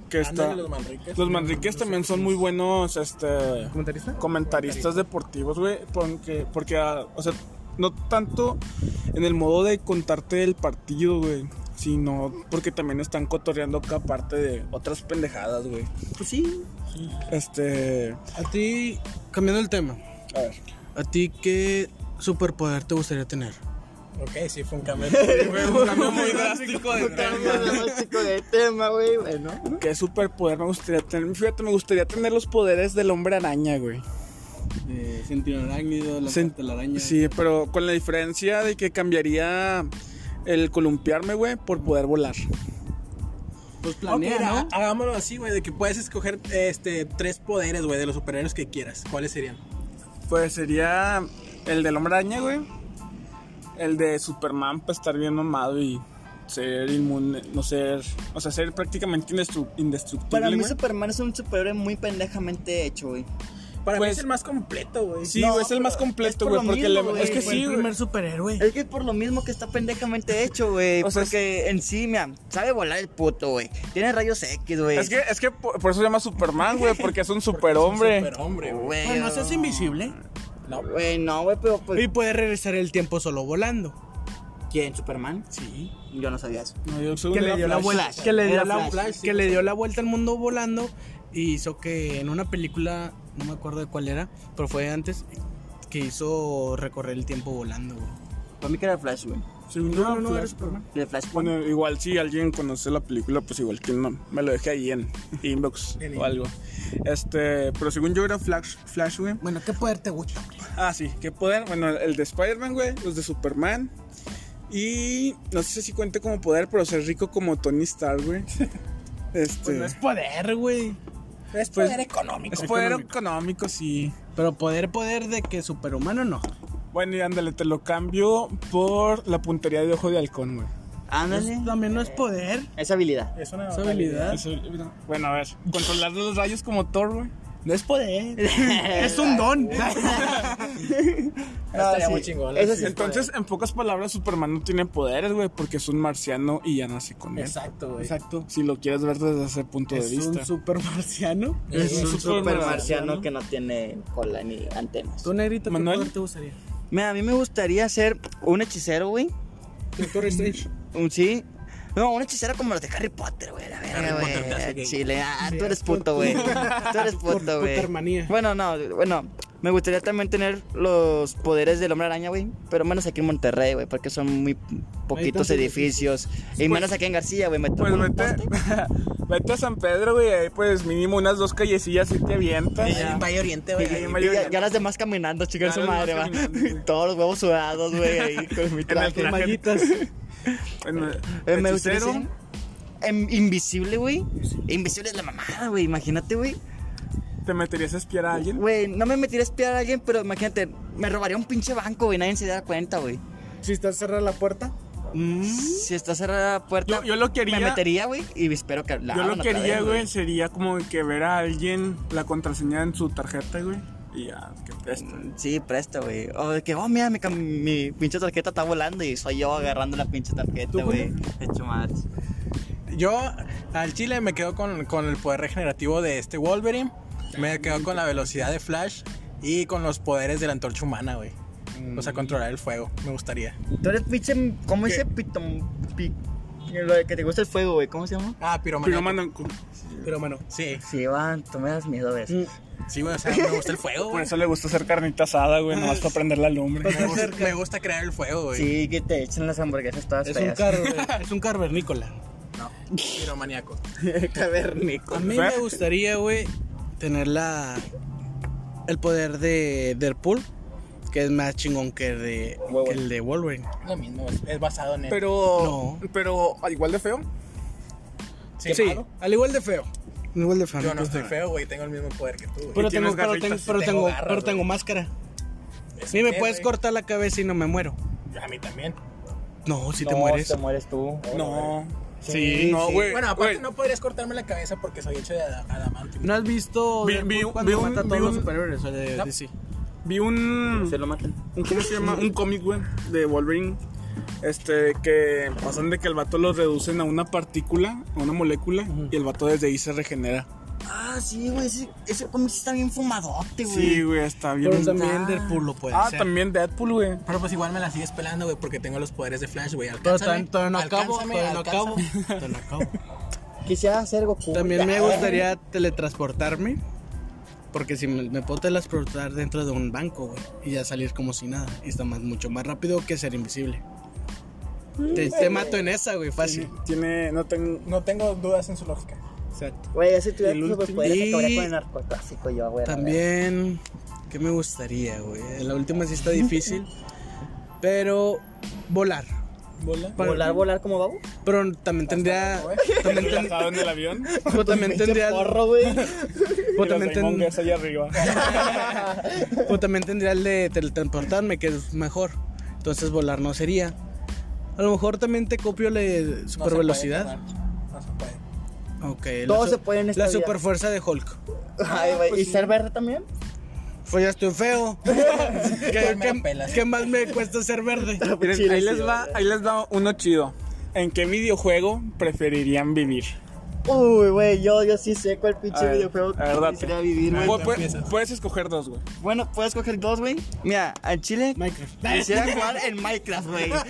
S1: Que está,
S4: Ándale, los Manriques.
S1: Los Manriques también son muy buenos este,
S3: ¿Comentarista?
S1: comentaristas deportivos, güey. Porque, porque, ah, o sea, no tanto en el modo de contarte el partido, güey. Sino porque también están cotorreando acá parte de otras pendejadas, güey.
S2: Pues [laughs] sí.
S1: Este.
S3: A ti, cambiando el tema,
S1: A ver.
S3: ¿a ti qué superpoder te gustaría tener?
S4: Ok, sí, [laughs] fue un cambio. fue
S3: [laughs]
S4: un cambio muy drástico. de
S2: de tema, güey. Bueno.
S1: ¿Qué superpoder me gustaría tener? Fíjate, me gustaría tener los poderes del hombre araña, güey.
S3: Eh, sentir arácnido,
S1: Sen- Sí, pero con la diferencia de que cambiaría el columpiarme, güey, por poder volar.
S3: Pues
S4: Ok, ha- Hagámoslo así, güey, de que puedes escoger este, tres poderes, güey, de los superhéroes que quieras. ¿Cuáles serían?
S1: Pues sería el del hombre araña, güey. El de Superman para estar bien mamado y ser inmune, no ser, o sea, ser prácticamente indestru- indestructible.
S2: Para mí
S1: güey.
S2: Superman es un superhéroe muy pendejamente hecho, güey.
S4: Para mí
S1: Pues-
S4: es el más completo, güey.
S1: Sí,
S2: No,
S1: güey, es el
S2: pero
S1: más
S2: es
S1: completo,
S2: por
S1: güey,
S2: lo
S1: porque
S2: mismo,
S1: le-
S2: güey.
S3: Eh,
S1: es que
S2: Fue el
S1: sí, güey.
S3: superhéroe.
S2: Es que es por lo mismo que está pendejamente hecho, güey.
S1: O sea,
S2: porque en sí, mira, sabe volar el puto, güey. Tiene rayos X, güey.
S1: Es que, es que por, por eso se llama Superman, güey, porque es un superhombre.
S4: Superhombre, güey.
S2: Güey,
S3: Bueno, eso es invisible.
S4: No,
S2: Güey, no, güey, pero pues...
S3: Y puede regresar el tiempo solo volando.
S2: ¿Quién? ¿Superman?
S3: Sí.
S2: Yo no sabía eso.
S1: No, yo soy
S3: Que
S1: un
S3: le dio la
S1: Flash.
S3: vuelta.
S2: Flash.
S3: Que le dio
S2: Era
S3: la,
S2: Flash.
S4: Flash, sí,
S3: que le dio la vuelta al mundo volando. Y hizo que en una película, no me acuerdo de cuál era, pero fue antes, que hizo recorrer el tiempo volando, güey.
S2: Para mí que era Flash, güey.
S1: Soy un Flash.
S2: De Flash.
S1: Bueno, igual si alguien conoce la película, pues igual que no, me lo dejé ahí en inbox
S4: En
S1: o algo. Este, pero según yo era Flash, Flash, güey.
S3: Bueno, ¿qué poder te gusta?
S1: Ah, sí, ¿qué poder? Bueno, el de Spider-Man, güey, los de Superman. Y no sé si cuente como poder, pero ser rico como Tony Stark, güey. Este,
S3: Es poder, güey.
S2: pues,
S4: es poder económico.
S1: es poder económico, sí.
S3: Pero poder, poder de que superhumano no.
S1: Bueno, y ándale, te lo cambio por la puntería de ojo de halcón, güey.
S2: Ándale.
S3: También no es poder.
S2: Esa
S1: [laughs]
S2: habilidad.
S4: Es una
S3: Es habilidad.
S1: Eso- Bueno, a ver, controlar los rayos como Thor, güey.
S3: No es poder.
S2: Eh.
S3: [laughs] es un don.
S4: Estaría muy chingón.
S2: Eso
S4: sí.
S2: sí.
S1: Entonces, en pocas palabras, Superman no tiene poderes, güey, porque es un marciano y ya nace con él.
S4: Exacto, güey.
S3: Exacto.
S1: Si lo quieres ver desde ese punto de
S3: Es
S1: vista.
S3: un super marciano.
S1: Es
S2: Eh.
S1: un super marciano.
S2: que no tiene cola ni antenas.
S3: Tú, negrito, ¿qué
S1: Manuel.
S3: poder te gustaría?
S2: Mira, a mí me gustaría ser un hechicero, güey.
S3: Doctor Strange.
S2: un sí. No, una hechicera como las de Harry Potter, güey, la
S4: Harry
S2: verga,
S4: Potter te hace
S2: güey.
S4: gay.
S2: Chile, ah, tú eres puto, güey. Tú
S4: [laughs]
S2: eres
S3: Por
S2: puto, güey.
S3: putermanía.
S2: Bueno, no, bueno, me gustaría también tener los poderes del hombre araña, güey, pero menos aquí en Monterrey, güey, porque son muy poquitos
S3: tantos
S2: edificios.
S4: pues.
S2: Y menos aquí en García, güey, me tomo
S1: Pues
S2: un
S1: vete,
S2: poste.
S1: [laughs] vete a San Pedro, güey. Ahí pues mínimo unas dos callecillas y te avientas.
S4: Ahí en Valle Oriente,
S2: Y,
S4: güey.
S1: ahí en
S2: y-
S1: Valle
S2: y ya,
S1: Oriente.
S2: ya las demás caminando,
S1: Ya
S2: chicas, su
S1: las demás
S2: madre, va.
S1: caminando, güey.
S2: [laughs] Todos los huevos sudados,
S1: [laughs]
S2: güey, ahí con mi traje.
S1: traje.
S3: Mallitas.
S1: [laughs] Bueno,
S2: Eh, me gustaría
S1: hechicero.
S2: ser em- invisible, güey. Invisible es la mamada, güey, imagínate, güey.
S1: ¿Te meterías a espiar a alguien?
S2: Güey, no me metiría a espiar a alguien, pero imagínate, me robaría un pinche banco, güey, nadie se da cuenta, güey.
S3: Si está cerrada la puerta.
S2: Si está cerrada la puerta,
S1: ¿Mm? Yo- yo lo quería-
S2: Me metería, güey, y espero que la
S1: Yo lo
S2: abran
S1: que
S2: otra
S1: haría,
S2: vez,
S1: güey, sería como que ver a alguien la contraseña en su tarjeta, güey. Y ya, que presta.
S2: Sí, presta, güey. O de que, oh, mira, mi, cam- mi pinche tarjeta está volando y soy yo agarrando la pinche tarjeta, güey. Hecho madres.
S4: Yo al chile me quedo con, con el poder regenerativo de este Wolverine. Me quedo con la velocidad de Flash y con los poderes de la antorcha humana, güey. O sea, controlar el fuego, me gustaría.
S2: Tú eres pinche, ¿cómo dice pitón? Pi, lo de que te gusta el fuego, güey, ¿cómo se llama?
S4: Ah, piromano.
S1: Pero mandan con-
S4: Pero bueno, sí.
S2: Sí, van, tú me das miedo, güey.
S1: Mm.
S4: Sí, güey, o sea, me gusta el fuego,
S1: Por
S4: güey.
S1: eso le gusta hacer carnita asada, güey, nomás para prender la lumbre.
S4: Me gusta, me gusta crear el fuego, güey.
S2: Sí, que te echen las hamburguesas todas
S3: Es un,
S2: feas.
S3: car- es un carvernícola.
S4: No, piromaníaco.
S3: A mí me gustaría, güey, tener la. El poder de Deadpool, que es más chingón que, el de, que el de Wolverine.
S4: Lo mismo, es, es basado en el.
S1: Pero, pero, ¿al igual de feo.
S4: sí,
S3: Sí,
S4: malo.
S3: al igual de feo. Al igual de feo. Pues
S4: Yo no
S3: pasa
S4: estoy
S3: nada.
S4: feo, güey, tengo el mismo poder que tú, güey.
S3: Pero
S1: Y tienes
S3: tengo, pero tengo,
S1: garritas,
S3: pero
S4: tengo
S3: tengo,
S4: garras,
S3: pero
S4: güey.
S3: tengo máscara.
S4: Es
S3: Ni me
S4: que,
S3: puedes
S4: güey,
S3: cortar la cabeza y no me muero.
S4: A mí también.
S3: No, si te
S2: No,
S3: mueres.
S2: Te mueres tú.
S1: No.
S2: Sí,
S1: no,
S2: sí.
S1: güey.
S4: Bueno, aparte
S1: güey.
S4: no podrías cortarme la cabeza porque soy hecho de ada- adamantium.
S3: ¿No has visto
S1: Vi-
S3: Deadpool
S1: vi-
S3: cuando
S1: vi un-
S3: mata a
S1: vi
S3: todos los
S1: un-
S3: superhéroes o de
S4: No.
S3: DC?
S1: Vi un.
S2: Se lo matan.
S1: un- ¿Cómo se llama? Un cómic, güey, de Wolverine. Este, que pasan de que el vato lo reducen a una partícula, a una molécula, y el vato desde ahí se regenera.
S2: Ah, sí, güey, ese, ese cómic sí está bien fumadote, güey.
S1: Sí, güey, está bien.
S3: Pero también
S2: Ah.
S3: Deadpool lo puede
S1: ah,
S3: hacer.
S1: también Deadpool, güey.
S4: Pero pues igual me la sigues pelando, güey, porque tengo los poderes de Flash, güey.
S3: Pero
S4: Alcánzame,
S3: todavía todavía no acabo,
S4: alcánzame,
S3: todavía no acabo.
S4: alcánzame.
S3: Todavía no acabo.
S2: Quisiera hacer Goku.
S3: También me gustaría teletransportarme. Porque si me, me puedo teletransportar dentro de un banco, güey. Y ya salir como si nada. Y está más, mucho más rápido que ser invisible. Te, te mato en esa, güey, fácil.
S1: Tiene, no tengo.
S4: No tengo dudas en su lógica.
S3: Exacto.
S2: Güey, ese
S1: El
S2: tuviera
S1: último.
S2: superpoderes
S3: Y-
S2: acabaría con el narcotráfico yo, güey. la
S3: También, ¿qué me gustaría, güey? La última sí está difícil. Pero volar.
S4: ¿Bola?
S2: verdad. Volar, volar
S1: [laughs]
S2: como babo.
S3: Pero también tendría. También, ten-
S1: ¿Estaba en el [laughs] avión?
S2: [laughs]
S3: pero también tendría.
S1: [laughs]
S2: Porro, güey.
S3: Pero pues, también, ten-
S1: allá arriba.
S3: pero también tendría el de teletransportarme, que es mejor. Entonces volar no sería. A lo mejor también te copio la de
S4: No se
S3: super
S4: puede,
S3: velocidad.
S4: carnal. No se puede.
S3: Ok.
S2: Todo
S3: la
S2: se puede en esta
S3: La
S2: vida.
S3: super fuerza de Hulk.
S2: Ay, güey. ¿Y ser verde también?
S3: Pues ya estoy feo. ¿Qué,
S4: Igual me la
S3: qué,
S4: pelas.
S3: qué más me cuesta ser verde?
S1: [laughs] Miren,
S2: Chile,
S1: ahí,
S2: sí,
S1: les va, ahí les va uno chido. ¿En qué videojuego preferirían vivir?
S2: Uy, güey, yo, yo sí sé cuál
S1: A
S2: pinche
S1: ver,
S2: videojuego
S1: a ver, date. pues-
S2: quisiera vivir, güey.
S1: Pu- pu- puedes escoger dos, güey.
S2: Bueno, puedes coger dos, güey. Mira, al chile.
S3: Minecraft.
S1: [laughs]
S2: Quisiera jugar en Minecraft, güey. Al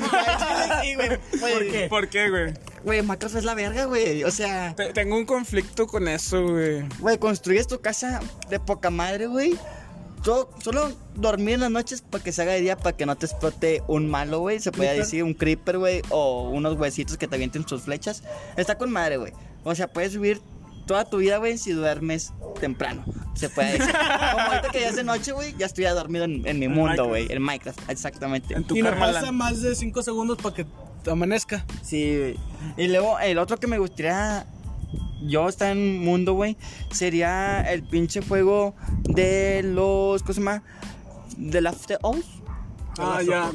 S2: chile sí, güey. ¿Por qué?
S1: ¿Por qué, güey?
S2: Güey, Minecraft es la verga, güey. O sea.
S1: Te- tengo un conflicto con eso, güey.
S2: Güey, construyes tu casa de poca madre, güey. Yo solo dormir en las noches para que se haga de día, para que no te explote un malo, güey. Se puede decir un creeper, güey, o unos huesitos que te avienten sus flechas. Está con madre, güey. O sea, puedes vivir toda tu vida, güey, si duermes temprano. Se puede decir.
S1: [laughs]
S2: Como ahorita que ya es de noche, güey, ya estoy ya dormido en, en mi mundo,
S1: Minecraft.
S2: güey. En Minecraft, exactamente.
S1: En tu
S3: Y no
S1: Karma
S3: pasa
S1: Land.
S3: más de 5 segundos para que amanezca.
S2: Sí, güey. Y luego, el otro que me gustaría yo estar en un mundo, güey, sería el pinche juego de los. ¿Cómo se llama? The Last of Us.
S1: Ah, ya.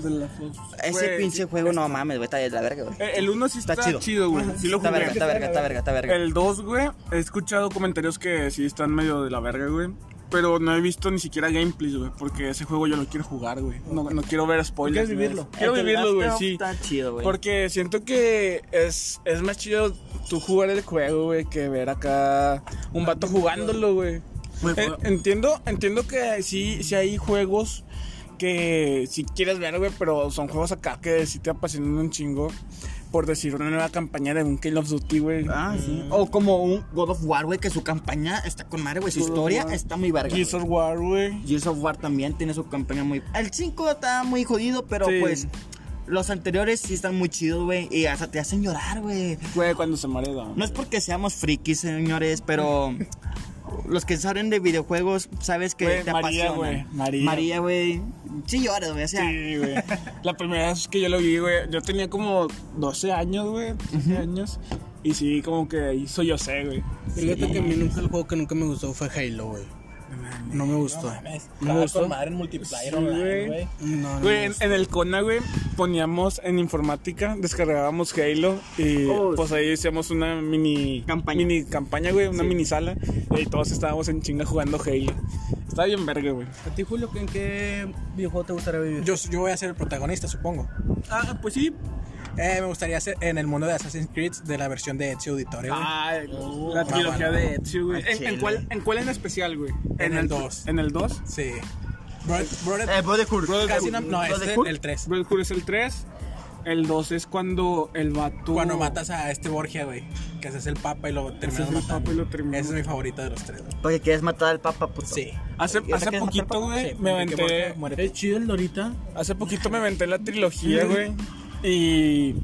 S2: Ese
S1: Güey,
S2: pinche
S1: sí,
S2: juego, no mames, güey, está de la verga, güey.
S1: Eh, El uno sí está,
S2: Está chido.
S1: chido, güey. Sí lo
S2: Está
S1: jugué.
S2: verga, está verga, está verga, está verga.
S1: El 2, güey, he escuchado comentarios que sí están medio de la verga, güey. Pero no he visto ni siquiera gameplays, güey. Porque ese juego yo lo quiero jugar, güey. No, no quiero ver spoilers.
S3: ¿Quieres
S1: güey.
S3: vivirlo?
S1: Quiero
S2: El The
S1: vivirlo, güey,
S2: Last of
S1: sí.
S2: Está chido, güey.
S1: Porque siento que es, es más chido tú jugar el juego, güey, que ver acá un vato jugándolo, güey.
S4: Güey,
S1: En-
S4: fue-
S1: Entiendo, entiendo que sí, sí hay juegos que si quieres ver, güey, pero son juegos acá que sí te apasionan un chingo. por decir, una nueva campaña de un Call of Duty, güey. Mm.
S2: Ah, sí. O como un God of War, güey, que su campaña está con madre, güey. Su
S1: God of
S2: historia
S1: War.
S2: está muy verga.
S1: Gears of War, güey.
S2: Gears of War también tiene su campaña muy. El 5 está muy jodido, pero
S1: Sí.
S2: pues. Los anteriores sí están muy chidos, güey. Y hasta te hacen llorar, güey.
S1: Güey, cuando se marea.
S2: No es porque seamos frikis, señores,
S1: [laughs]
S2: pero. Los que saben de videojuegos, sabes que
S1: Güey,
S2: te
S1: María,
S2: apasiona.
S1: güey, María.
S2: María, güey. Sí lloras, güey. O sea,
S1: Sí, güey. La primera vez que yo lo vi, güey, yo tenía como 12 años, güey. 13 años. Y sí, como que ahí soy yo sé, güey.
S3: Fíjate que a mí nunca el juego que nunca me gustó fue Halo, güey. No me gustó.
S4: Me
S3: ¿Me
S4: gustó.
S3: gustó?
S4: con madre en multiplayer
S1: Sí,
S4: online,
S1: güey.
S4: güey.
S3: No, no.
S1: Güey,
S3: me
S1: en,
S3: gustó.
S1: en el CONA, güey, poníamos en informática, descargábamos Halo y
S2: Oh,
S1: pues ahí hacíamos una mini
S2: Campaña.
S1: mini campaña, güey, una mini sala y ahí todos estábamos en chinga jugando Halo. Estaba bien verga, güey.
S5: ¿A ti, Julio, en qué videojuego te gustaría vivir?
S4: Yo, yo voy a ser el protagonista, supongo.
S1: Ah, pues sí.
S4: Eh, me gustaría ser en el mundo de Assassin's Creed de la versión de Ezio Auditore, güey.
S1: Ah, la trilogía
S4: bueno.
S1: de Ezio, güey.
S2: Al
S1: ¿En, en
S2: chile.
S1: cuál, ¿En cuál en especial, güey?
S4: En el dos.
S1: ¿En el 2?
S4: Sí. Bro- Brother-
S2: Eh, Brotherhood.
S4: casi no, no, este,
S2: Brotherhood.
S4: el 3.
S1: Red Hood es el 3. El 2 es cuando el vato.
S4: Cuando matas a este Borgia, güey. Que haces el papa y lo
S1: Ese
S4: terminas
S1: es mi
S4: matando.
S1: papá y lo terminas
S4: Ese es mi favorito de los tres, güey.
S2: Porque quieres matar al papa, puto.
S4: Sí.
S1: Hace,
S2: ¿Y esa
S1: hace
S2: que es
S1: poquito,
S2: Matanza?
S1: güey,
S4: Sí,
S1: me
S4: Enrique Borgia,
S1: aventé.
S4: muérete.
S5: Es chido el Dorita.
S1: Hace poquito me aventé la trilogía, güey. Y.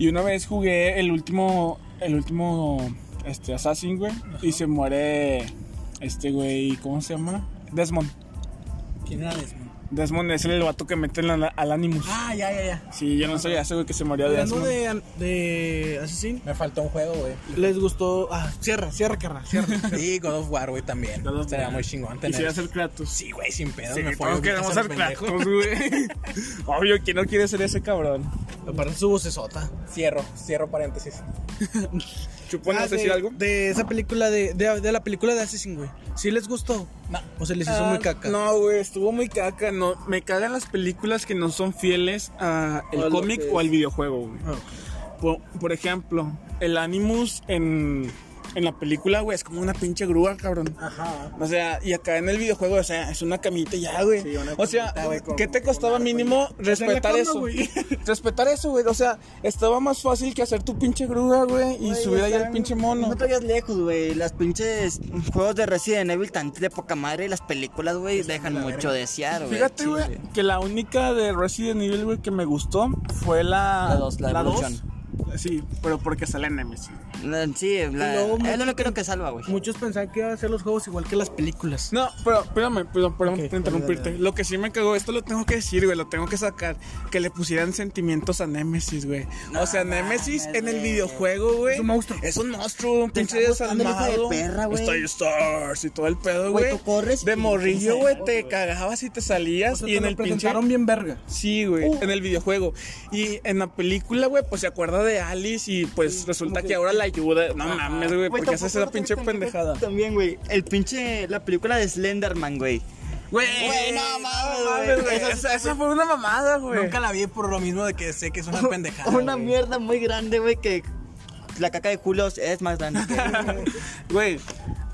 S1: Y una vez jugué el último. El último. Este, Assassin, güey. Y se muere. Este, güey. ¿Cómo se llama? Desmond.
S4: ¿Quién era Desmond?
S1: Desmond es el vato que mete en la- al Animus.
S4: Ah, ya, ya, ya.
S1: Sí, yo no sabía ese, güey, que se moría
S3: Hablando
S1: Desmond.
S3: de, de Assassin,
S4: Me faltó un juego, güey.
S3: les gustó. Ah, cierra, cierra, carnal, cierra.
S4: Sí, God of War, güey, también.
S1: God of
S4: Sería
S1: War.
S4: muy chingón tener.
S1: Quisiera ser Kratos.
S4: Sí, güey, sin pedo.
S1: Sí,
S4: me fue
S1: todos
S4: bien
S1: queremos
S4: hacer
S1: ser
S4: pendejo.
S1: Kratos, güey. [laughs] Obvio, ¿quién no quiere ser ese cabrón?
S3: Aparte su voz es sota.
S4: Cierro, cierro paréntesis.
S1: ¿Chupones
S3: Ah, de,
S1: decir algo?
S3: de esa película de, de, de la película de Assassin, güey. ¿Sí les gustó?
S4: No.
S3: O se les hizo
S1: Ah,
S3: muy caca.
S1: No, güey, estuvo muy caca. No, me cagan las películas que no son fieles a
S5: O a lo
S1: el cómic
S5: que
S1: o
S5: es.
S1: al videojuego, güey.
S3: Ah, ok.
S1: Por, por ejemplo, el Animus en, en la película, güey, es como una pinche grúa, cabrón.
S4: Ajá.
S1: O sea, y acá en el videojuego, o sea, es una camita y ya, güey.
S4: Sí, una
S1: o sea,
S4: camita, güey, con-
S1: ¿qué te costaba
S4: con arco y-
S1: mínimo respetar
S5: cama,
S1: eso?
S5: güey.
S1: [laughs] respetar eso, güey. O sea, estaba más fácil que hacer tu pinche grúa, güey, y subir ahí al
S2: el
S1: pinche mono.
S2: No te vayas lejos, güey. Las pinches juegos de Resident Evil tan de poca madre y las películas, güey, dejan mucho desear, güey.
S1: Fíjate, güey, que la única de Resident Evil, güey, que me gustó fue la.
S2: La dos, la
S1: dos.
S2: Evolution.
S1: Sí, pero porque sale Nemesis.
S2: La- Sí, la,
S3: luego
S2: es lo
S3: mucho-
S2: único que salva, güey.
S3: Muchos pensaban que iban a hacer los juegos igual que las películas.
S1: No, pero espérame, perdón, perdón por interrumpirte. Lo que sí me cagó, esto lo tengo que decir, güey, lo tengo que sacar. Que le pusieran sentimientos a Nemesis, güey. o sea, Nemesis en el videojuego, Ah, güey. Es un monstruo. Es un monstruo, un pinche
S2: está buscando el hijo de
S1: desalmado.
S2: perra, güey.
S1: Star Stars y todo el pedo,
S2: Güey,
S1: güey.
S2: tú corres
S1: De
S2: y-
S1: morrillo, güey, te cagabas y Pues te Uh. salías. y en el pinche.
S3: presentaron bien verga.
S1: Sí, güey, en el videojuego. Y en la película, güey, pues se acuerda de Alice y pues resulta que, ahora la ayuda. No mames, güey,
S2: Güey,
S1: porque haces
S2: tampoco
S1: esa pinche
S2: te- también-
S1: pendejada.
S2: También, güey. El pinche. La película de Slenderman, güey. Güey, no mames, güey. Esa-
S1: Esa, esa fue una mamada, güey.
S4: Nunca la vi por lo mismo de que sé que es una pendejada.
S2: Una
S4: güey.
S2: mierda muy grande, güey, que. La caca de Julio es más grande que él,
S1: [laughs] [laughs]
S2: güey.
S1: Güey,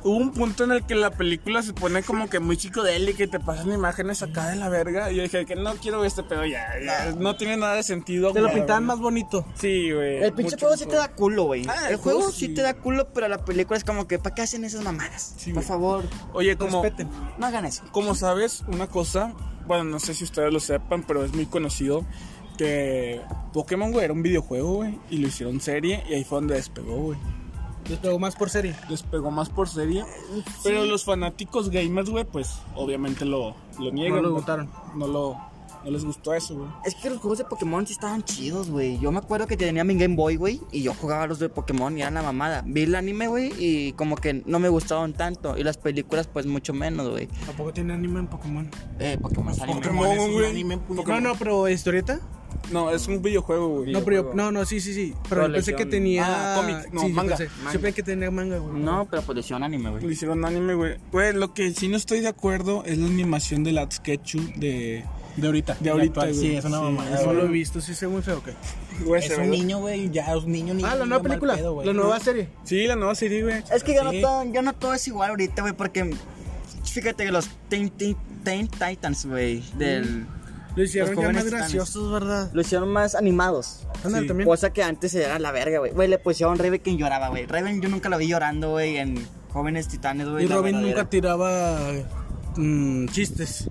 S1: hubo un punto en el que la película se pone como que muy psicodélica y te pasan imágenes acá de la verga. Y yo dije que no quiero este pedo ya. ya, no. tiene nada de sentido.
S3: Te lo
S1: güey.
S3: pintaban más bonito.
S1: Sí, güey.
S2: El pinche
S1: mucho
S2: juego sí
S1: mejor.
S2: te da culo, güey.
S1: Ah,
S2: el juego sí te da culo, pero la película es como que, ¿para qué hacen esas mamadas?
S1: Sí,
S2: Por
S1: güey.
S2: favor,
S1: Oye, como.
S3: Respeten.
S2: no hagan eso.
S1: Como sabes, una cosa, bueno, no sé si ustedes lo sepan, pero es muy conocido que Pokémon, güey, era un videojuego, güey, y lo hicieron serie, y ahí fue donde despegó, güey.
S3: Les pegó más por serie.
S1: Despegó más por serie, pero los fanáticos gamers, güey, pues obviamente lo, lo niegan.
S3: No lo
S1: güey.
S3: votaron.
S1: No, lo, no les gustó eso, güey.
S2: Es que los juegos de Pokémon sí estaban chidos, güey. Yo me acuerdo que tenía mi Game Boy, güey, y yo jugaba los de Pokémon y era la mamada. Vi el anime, güey, y como que no me gustaban tanto. Y las películas, pues mucho menos, güey.
S3: Tampoco tiene anime en Pokémon.
S2: Eh, Pokémon es anime.
S4: Pokémon es un
S1: güey.
S4: anime,
S3: No, no, pero historieta.
S1: No, es un videojuego, güey.
S3: No, pero yo, no, no, sí, sí, sí. Pero yo pensé que
S2: Colección.
S3: tenía.
S1: Ah, cómic. No,
S3: Sí, yo
S1: manga.
S3: pensé- Yo pensé que tenía manga, güey.
S2: No, pero pues decían anime,
S1: Lo
S2: güey.
S1: hicieron anime, güey. Güey, lo que sí no estoy de acuerdo es la animación de la Sketchu de...
S4: De ahorita.
S1: De ahorita,
S4: Actual,
S1: güey.
S4: Sí, es una
S1: Sí,
S4: mamada.
S1: eso
S3: No
S4: güey.
S3: lo he visto, sí se ve muy feo, ¿qué?
S1: Güey,
S4: Es
S1: se
S4: un
S1: ve-
S4: niño, güey, ya es un niño, niño.
S3: Ah, la
S4: niño mal
S3: nueva película.
S4: pedo, güey.
S3: la nueva serie.
S1: Sí, la nueva serie, güey.
S2: Es que ya no,
S4: Sí.
S2: todo, ya no todo es igual ahorita, güey, porque fíjate que los Teen, Teen- Teen Titans, güey, del...
S3: Lo hicieron
S2: Los
S3: ya
S2: jóvenes
S3: más
S2: titanes.
S3: graciosos, ¿verdad?
S2: Lo hicieron más animados.
S3: Ándale,
S1: Sí.
S3: también.
S2: Cosa que antes era la verga, güey. Güey, le pusieron Raven quien lloraba, güey. Raven yo nunca la vi llorando, güey, en Jóvenes Titanes, güey.
S3: Y
S2: la
S3: Robin
S2: verdadera.
S3: nunca tiraba mm, chistes.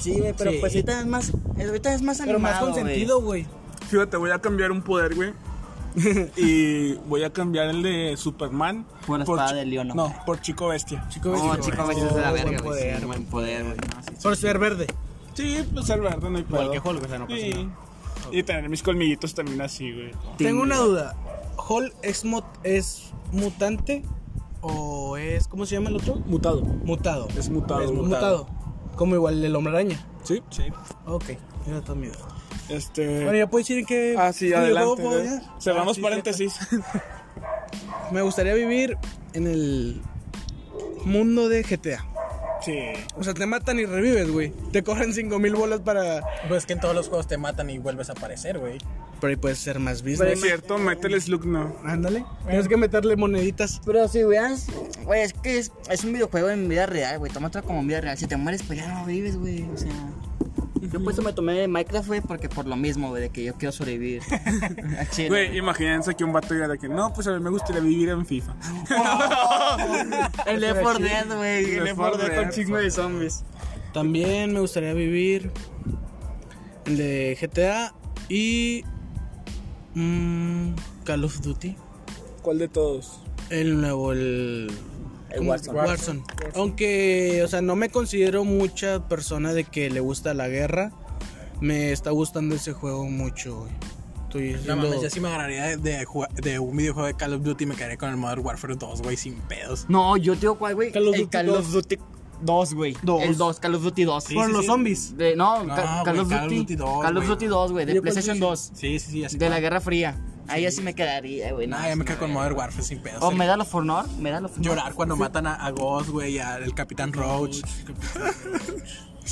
S2: Sí, güey, pero
S3: Sí.
S2: pues ahorita es más, ahorita es más
S3: Pero
S2: animado,
S3: más
S2: güey.
S3: consentido, güey.
S1: Fíjate, voy a cambiar un poder, güey. [laughs] y voy a cambiar el de Superman.
S2: Por la espada de León, ¿no?
S1: No, por Chico Bestia.
S3: Chico,
S2: No,
S3: güey,
S2: chico, a
S3: güey.
S2: veces es de la
S3: Oh,
S2: verga,
S3: buen
S2: güey. sí,
S3: poder, güey.
S2: buen poder, güey. No, sí.
S3: Por ser verde.
S1: Sí, pues el verde no hay pedo.
S5: que Hulk, o sea, no pasa
S1: Sí.
S5: nada.
S1: Y tener mis colmillitos también así, güey.
S3: Tengo una duda. ¿Hall es, mut- es mutante o es. ¿Cómo se llama el otro?
S1: Mutado.
S3: Mutado.
S1: Es mutado.
S3: Es
S1: güey.
S3: mutado. Como igual el hombre araña.
S1: Sí, sí.
S3: Ok, era toda mi duda.
S1: Este.
S3: Bueno, ya puedes decir en qué.
S1: Ah, sí,
S3: ¿este videojuego
S1: adelante.
S3: puedo
S1: güey.
S3: ya?
S1: Cerramos
S3: Ah, sí,
S1: paréntesis. [laughs]
S3: cierto. Me gustaría vivir en el mundo de GTA.
S1: sí.
S3: O sea, te matan y revives, güey. Te cobran 5 mil bolas para.
S4: Pues es que en todos los juegos te matan y vuelves a aparecer, güey.
S3: Pero ahí puedes pues, ser más
S1: No
S3: business.
S1: es cierto, métele Slug no.
S3: Ándale. Tienes que meterle moneditas.
S2: Pero si veas, güey, es que es, es un videojuego en vida real, güey. Tómatelo como en vida real. Si te mueres, pues ya no vives, güey. O sea. Yo por eso me tomé Minecraft, güey, porque por lo mismo, güey, de que yo quiero [laughs] sobrevivir. A Chile,
S1: Güey, imagínense que un vato diga de que no, pues a mí me gustaría vivir en FIFA.
S2: El Left 4 Dead, güey. El Left 4 Dead con chingo de zombies.
S3: También me gustaría vivir el de GTA y mm, Call of Duty.
S1: ¿Cuál de todos?
S3: El nuevo, el,
S2: El Warzone.
S3: Warzone. Aunque, o sea, no me considero mucha persona de que le gusta la guerra. Me está gustando ese juego mucho, güey. Estoy
S4: No
S3: siendo-
S4: mames, yo sí me agarraría de, de jue- de un videojuego de Call of Duty y me quedaría con el Modern Warfare 2, güey, sin pedos.
S2: No, yo te digo cuál, güey.
S3: Call of
S2: El
S3: Duty
S2: Call
S3: 2.
S2: of Duty 2, güey.
S3: Dos.
S2: El 2, Call of Duty 2.
S3: Con los zombies.
S2: De- no,
S4: No,
S2: Ca- Call, of
S4: güey, Call of
S2: Duty,
S4: Duty 2,
S2: Call of
S4: güey.
S2: Duty 2, güey, de
S3: Yo
S2: PlayStation 2,
S4: Sí, sí, sí, ya sé.
S2: de la Guerra Fría. Ahí así me quedaría, güey. no,
S4: Nah, Ah, ya me
S2: sí,
S4: quedo con
S2: güey.
S4: Modern Warfare sin pedos.
S2: O Medal of Honor, Medal of Honor.
S4: Oh, Llorar cuando matan a, a Ghost, güey, al Capitán Roach.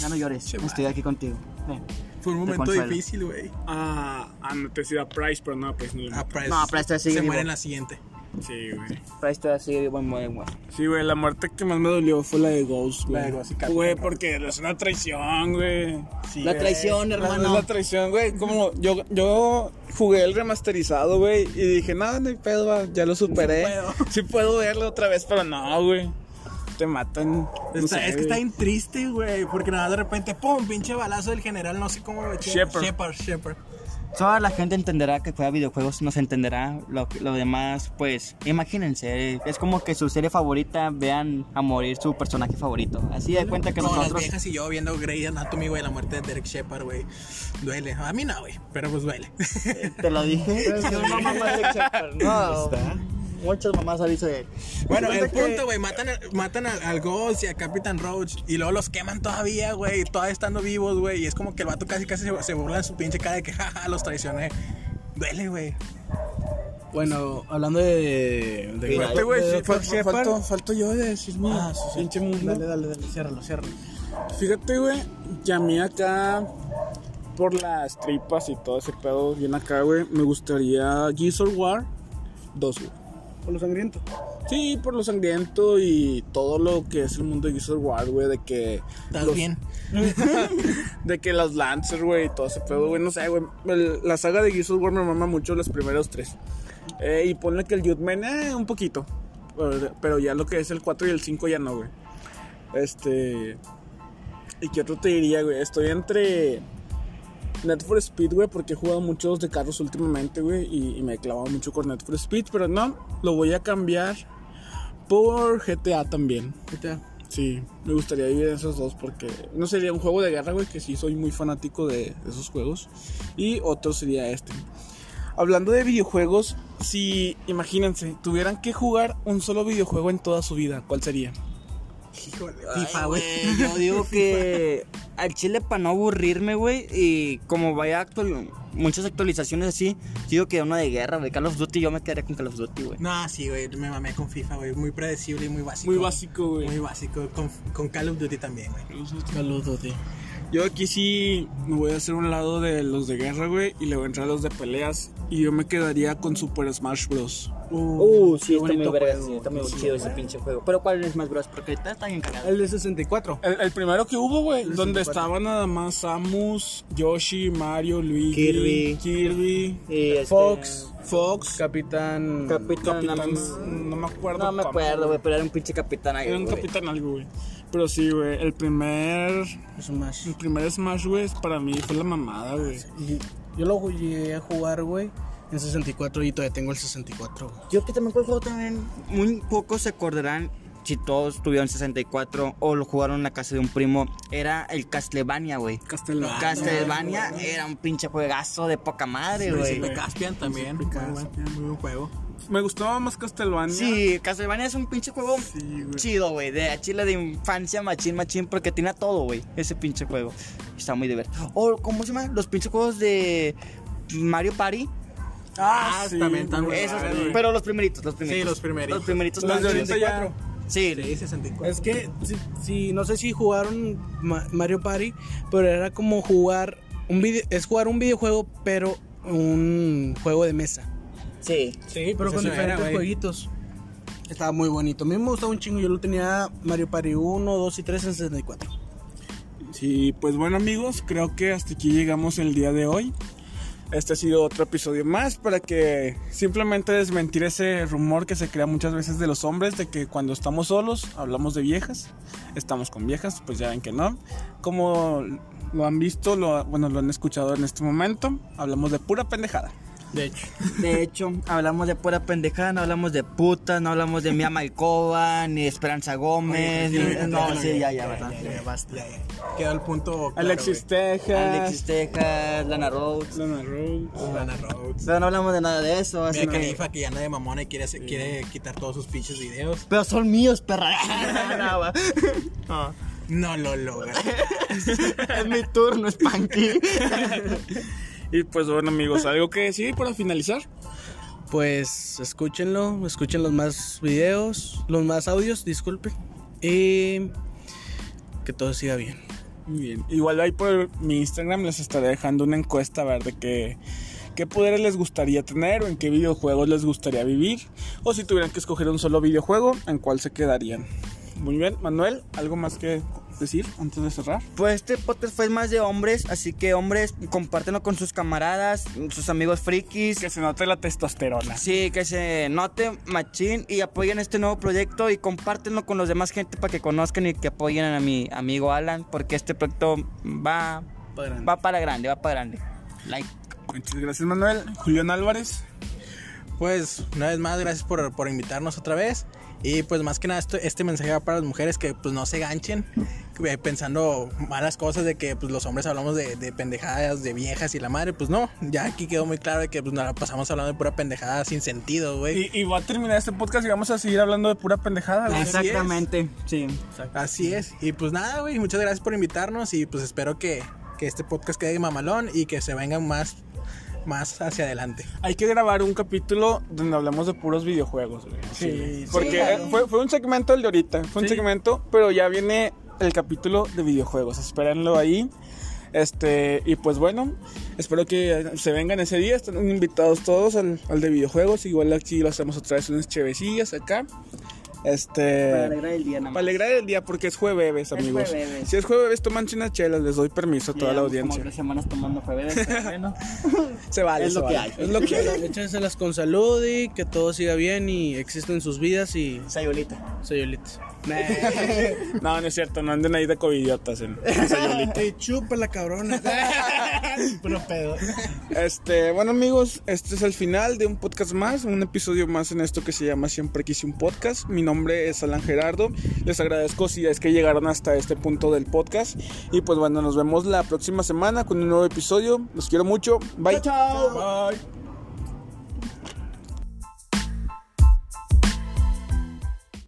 S2: Ya no llores, estoy aquí contigo. Ven.
S4: Fue un
S2: De
S4: momento
S2: consuelo.
S4: difícil, güey.
S1: Ah, ah, no te decía Price, pero este no, Price no le
S4: A Price.
S2: No, Price todavía sigue
S4: Ah, pues, Se
S2: vivo.
S4: muere en la siguiente.
S1: Sí, güey.
S2: Pero esto así vivo en Modern Warfare.
S1: Sí, güey, la muerte que más me dolió fue la de Ghost, güey.
S4: La de Ghost y Capitán
S1: Güey, porque es una traición, güey.
S2: La güey. traición,
S1: La-
S2: hermano.
S1: Es la traición, güey. Como yo, yo jugué el remasterizado, güey, y dije, no, no hay pedo, va, ya lo superé. [laughs] Sí puedo verlo otra vez, pero no, güey. Te matan. no
S4: Está-
S1: sé,
S4: es que está
S1: güey.
S4: bien triste, güey, porque nada más de repente, pum, pinche balazo del general, no sé cómo lo eché.
S1: Shepard.
S4: Shepard, Shepard.
S2: Toda la gente entenderá que juega videojuegos, nos entenderá lo, lo demás, pues imagínense, es como que su serie favorita vean a morir su personaje favorito. Así de cuenta que
S4: Como las
S2: nosotros...
S4: viejas y yo viendo Grey Anatomy, güey, la muerte de Derek Shepard, güey. Duele. A mí no, güey, pero pues duele.
S2: eh, Te lo dije. no, muchas mamás han dicho de...
S4: [laughs] Bueno,
S2: Cuenta
S4: el
S2: que-
S4: punto, güey, matan, a- matan al, al Ghost y a Capitán Roach y luego los queman todavía, güey, todavía estando vivos, güey, y es como que el vato casi casi se, se burla de su pinche cara de que, jaja, los traicioné. Duele, güey.
S3: Bueno, hablando de. de
S2: Mira,
S1: Este, güey,
S3: de
S1: sí,
S3: Doctor
S1: fal- fal-
S3: Shepard. Ah,
S1: falto, falto yo de decir, mi pinche mundo.
S3: Dale, dale, dale, ciérralo, ciérralo.
S1: Fíjate, güey, que a mí acá, por las tripas y todo ese pedo, bien acá, güey, me gustaría Gears of War 2, güey.
S3: Por lo sangriento.
S1: Sí, por lo sangriento y todo lo que es el mundo de Gears of War, güey, de que...
S4: Estás
S1: los-
S4: bien.
S1: De que las Lancer, güey, y todo ese pedo, güey, no sé, güey. el- La saga de Gears of War me mama mucho los primeros tres. Eh, y ponle que el Youthman, eh, un poquito. Pero- Pero ya lo que es el 4 y el 5 ya no, güey. Este... ¿Y qué otro te diría, güey? Estoy entre... Net for Speed, güey, porque he jugado muchos de carros últimamente, güey, y, y me he clavado mucho con Net for Speed, pero no, lo voy a cambiar por GTA también.
S3: GTA.
S1: Sí, me gustaría vivir en esos dos porque no sería un juego de guerra, güey, que sí soy muy fanático de esos juegos. Y otro sería este. Hablando de videojuegos, si imagínense, tuvieran que jugar un solo videojuego en toda su vida, ¿cuál sería?
S4: Híjole,
S2: Ay,
S4: FIFA, güey.
S2: Yo digo que al chile para no aburrirme, güey, y como vaya actual, muchas actualizaciones así, digo que una de guerra, güey, Call of Duty, yo me quedaría con Call of Duty, güey.
S4: [laughs] No, sí, güey, me mamé con FIFA, güey. Muy predecible y muy básico.
S1: Muy básico, güey.
S4: Muy básico. Con, con Call of Duty también, güey.
S3: Saludos, tío.
S1: Yo aquí sí me voy a hacer un lado de los de guerra, güey, y le voy a entrar a los de peleas. Y yo me quedaría con Super Smash Bros.
S2: Uh, sí,
S3: qué
S2: está muy
S3: bonito
S2: verga,
S3: juego.
S2: sí, está muy chido ese pinche juego. Pero ¿cuál es más Eh, grueso? Porque ahorita está bien cagado.
S3: El de 64.
S1: El, el primero que hubo, güey,
S3: El
S1: donde
S3: 64.
S1: estaban nada más Samus, Yoshi, Mario, Luigi,
S2: Kirby.
S1: Kirby,
S2: Y este,
S3: Fox.
S1: Fox,
S3: Capitán.
S2: Capitán.
S1: Capitán,
S2: Am-
S1: no me acuerdo.
S2: No me
S1: cómo.
S2: acuerdo, güey, pero era un pinche capitán ahí.
S1: Era un
S2: güey.
S1: capitán algo, güey. Pero sí, güey, el primer,
S3: Smash.
S1: el primer Smash, güey, para mí fue la mamada, güey.
S3: Y- Yo lo llegué a jugar, güey, en 64 y todavía tengo el 64, güey.
S2: Yo que también cuál juego también. Muy pocos se acordarán si todos tuvieron 64 o lo jugaron en la casa de un primo. Era el Castlevania, güey.
S1: Castlevania.
S2: Castlevania era un pinche juegazo de poca madre, güey.
S4: Príncipe Caspian también. Muy buen juego.
S1: Me gustaba más Castlevania.
S2: Sí, Castlevania es un pinche juego chido, güey. De a Chile de infancia, machín, machín, porque tiene a todo, güey. Ese pinche juego. Está muy divertido. O, ¿cómo se llama? Los pinches juegos de Mario Party.
S1: Ah,
S4: Ah, también, también.
S1: güey.
S2: Esos,
S4: padre, güey.
S2: pero los primeritos, los primeritos.
S4: Sí, los primeritos.
S2: Los primeritos.
S1: Los de
S2: también.
S1: ahorita ya.
S2: Sí,
S4: Sí, 64.
S3: Es que, si, si- no sé si jugaron Ma- Mario Party, pero era como jugar un video, es jugar un videojuego, pero un juego de mesa.
S2: sí.
S3: Sí, pero
S4: pues
S3: con
S4: eso
S3: diferentes
S4: era, güey.
S3: jueguitos. Estaba muy bonito. A mí me gustaba un chingo. Yo lo tenía Mario Party 1, 2 y 3 en 64.
S1: Sí, pues bueno amigos, creo que hasta aquí llegamos el día de hoy. Este ha sido otro episodio más para que simplemente desmentir ese rumor que se crea muchas veces de los hombres de que cuando estamos solos hablamos de viejas, estamos con viejas, pues ya ven que no. Como lo han visto, lo, bueno, lo han escuchado en este momento, hablamos de pura pendejada.
S3: De hecho.
S2: De hecho, hablamos de pura pendejada, no hablamos de putas, no hablamos de Mia Malcova, ni Esperanza Gómez, ni- no, sí, ya, ya, ¿verdad?
S4: Quedó el punto. claro,
S1: Alexis Tejas,
S2: Alexis Texas, Lana Rhodes.
S1: Lana Rhodes.
S4: güey. Lana Rhodes.
S2: Pero no hablamos de nada de eso, así
S4: Mira
S2: que-
S4: Califa que ya anda de mamona y quiere, hacer- quiere quitar todos sus pinches videos.
S2: Pero son míos, perra. [laughs] No, va.
S4: No lo
S2: [laughs]
S4: logra.
S2: es mi turno, Spanky.
S1: Y pues bueno amigos, algo que decir para finalizar.
S3: Pues escúchenlo, escuchen los más videos, los más audios, disculpe. Y que todo siga bien.
S1: Muy bien. Igual ahí por mi Instagram les estaré dejando una encuesta a ver de qué, qué poderes les gustaría tener o en qué videojuegos les gustaría vivir. O si tuvieran que escoger un solo videojuego, en cuál se quedarían. Muy bien, Manuel, ¿algo más que decir antes de cerrar?
S2: Pues este podcast fue más de hombres, así que hombres, compártenlo con sus camaradas, sus amigos frikis.
S1: Que se note la testosterona.
S2: Sí, que se note machín y apoyen este nuevo proyecto y compártenlo con los demás gente para que conozcan y que apoyen a mi amigo Alan porque este proyecto va va para grande, va para grande. Like.
S1: Muchas gracias, Manuel. Julián Álvarez.
S4: Pues una vez más, gracias por, por invitarnos otra vez. Y pues más que nada, esto- este mensaje va para las mujeres que pues no se ganchen eh, pensando malas cosas de que pues los hombres hablamos de, de pendejadas, de viejas y la madre. Pues no, ya aquí quedó muy claro de que pues nos la pasamos hablando de pura pendejada sin sentido, güey.
S1: Y, y va a terminar este podcast y vamos a seguir hablando de pura pendejada. güey.
S4: Así es.
S1: Eh,
S2: sí.
S4: Así es. Y pues nada, güey, muchas gracias por invitarnos y pues espero que, que este podcast quede mamalón y que se vengan más, más hacia adelante.
S1: Hay que grabar un capítulo donde hablamos de puros videojuegos, güey.
S4: Sí,
S1: Porque
S4: sí.
S1: eh, fue, fue un segmento el de ahorita, fue un segmento, pero ya viene el capítulo de videojuegos, espérenlo ahí. Este, y pues bueno, espero que se vengan ese día, están invitados todos al, al de videojuegos, igual aquí lo hacemos otra vez unas chevecillas acá. Este,
S2: Para alegrar el día nada
S1: para
S2: más.
S1: alegrar el día porque es jueves, amigos.
S2: jueves.
S1: Si es jueves, toman unas chelas, les doy permiso a toda la
S2: Llevamos Como
S1: audiencia.
S2: tres semanas tomando jueves,
S1: [laughs]
S2: pero bueno.
S1: Se vale,
S2: Es
S1: se
S2: lo que
S1: vale.
S2: hay.
S1: Es lo que hay.
S3: Échenselas con salud y que todo siga bien y existen sus vidas y
S2: Sayulita.
S3: sayolitas.
S1: No, no es cierto, no anden ahí de covidiotas
S2: [laughs]
S1: en en Sayulita.
S3: Te chupa la cabrona. Puro pedo.
S1: Este, bueno amigos, este es el final de un podcast más, un episodio más en esto que se llama Siempre quise un podcast. Mi nombre es Alan Gerardo, les agradezco si es que llegaron hasta este punto del podcast y pues bueno, nos vemos la próxima semana con un nuevo episodio. Los quiero mucho. Bye.
S2: Chao.
S1: Bye.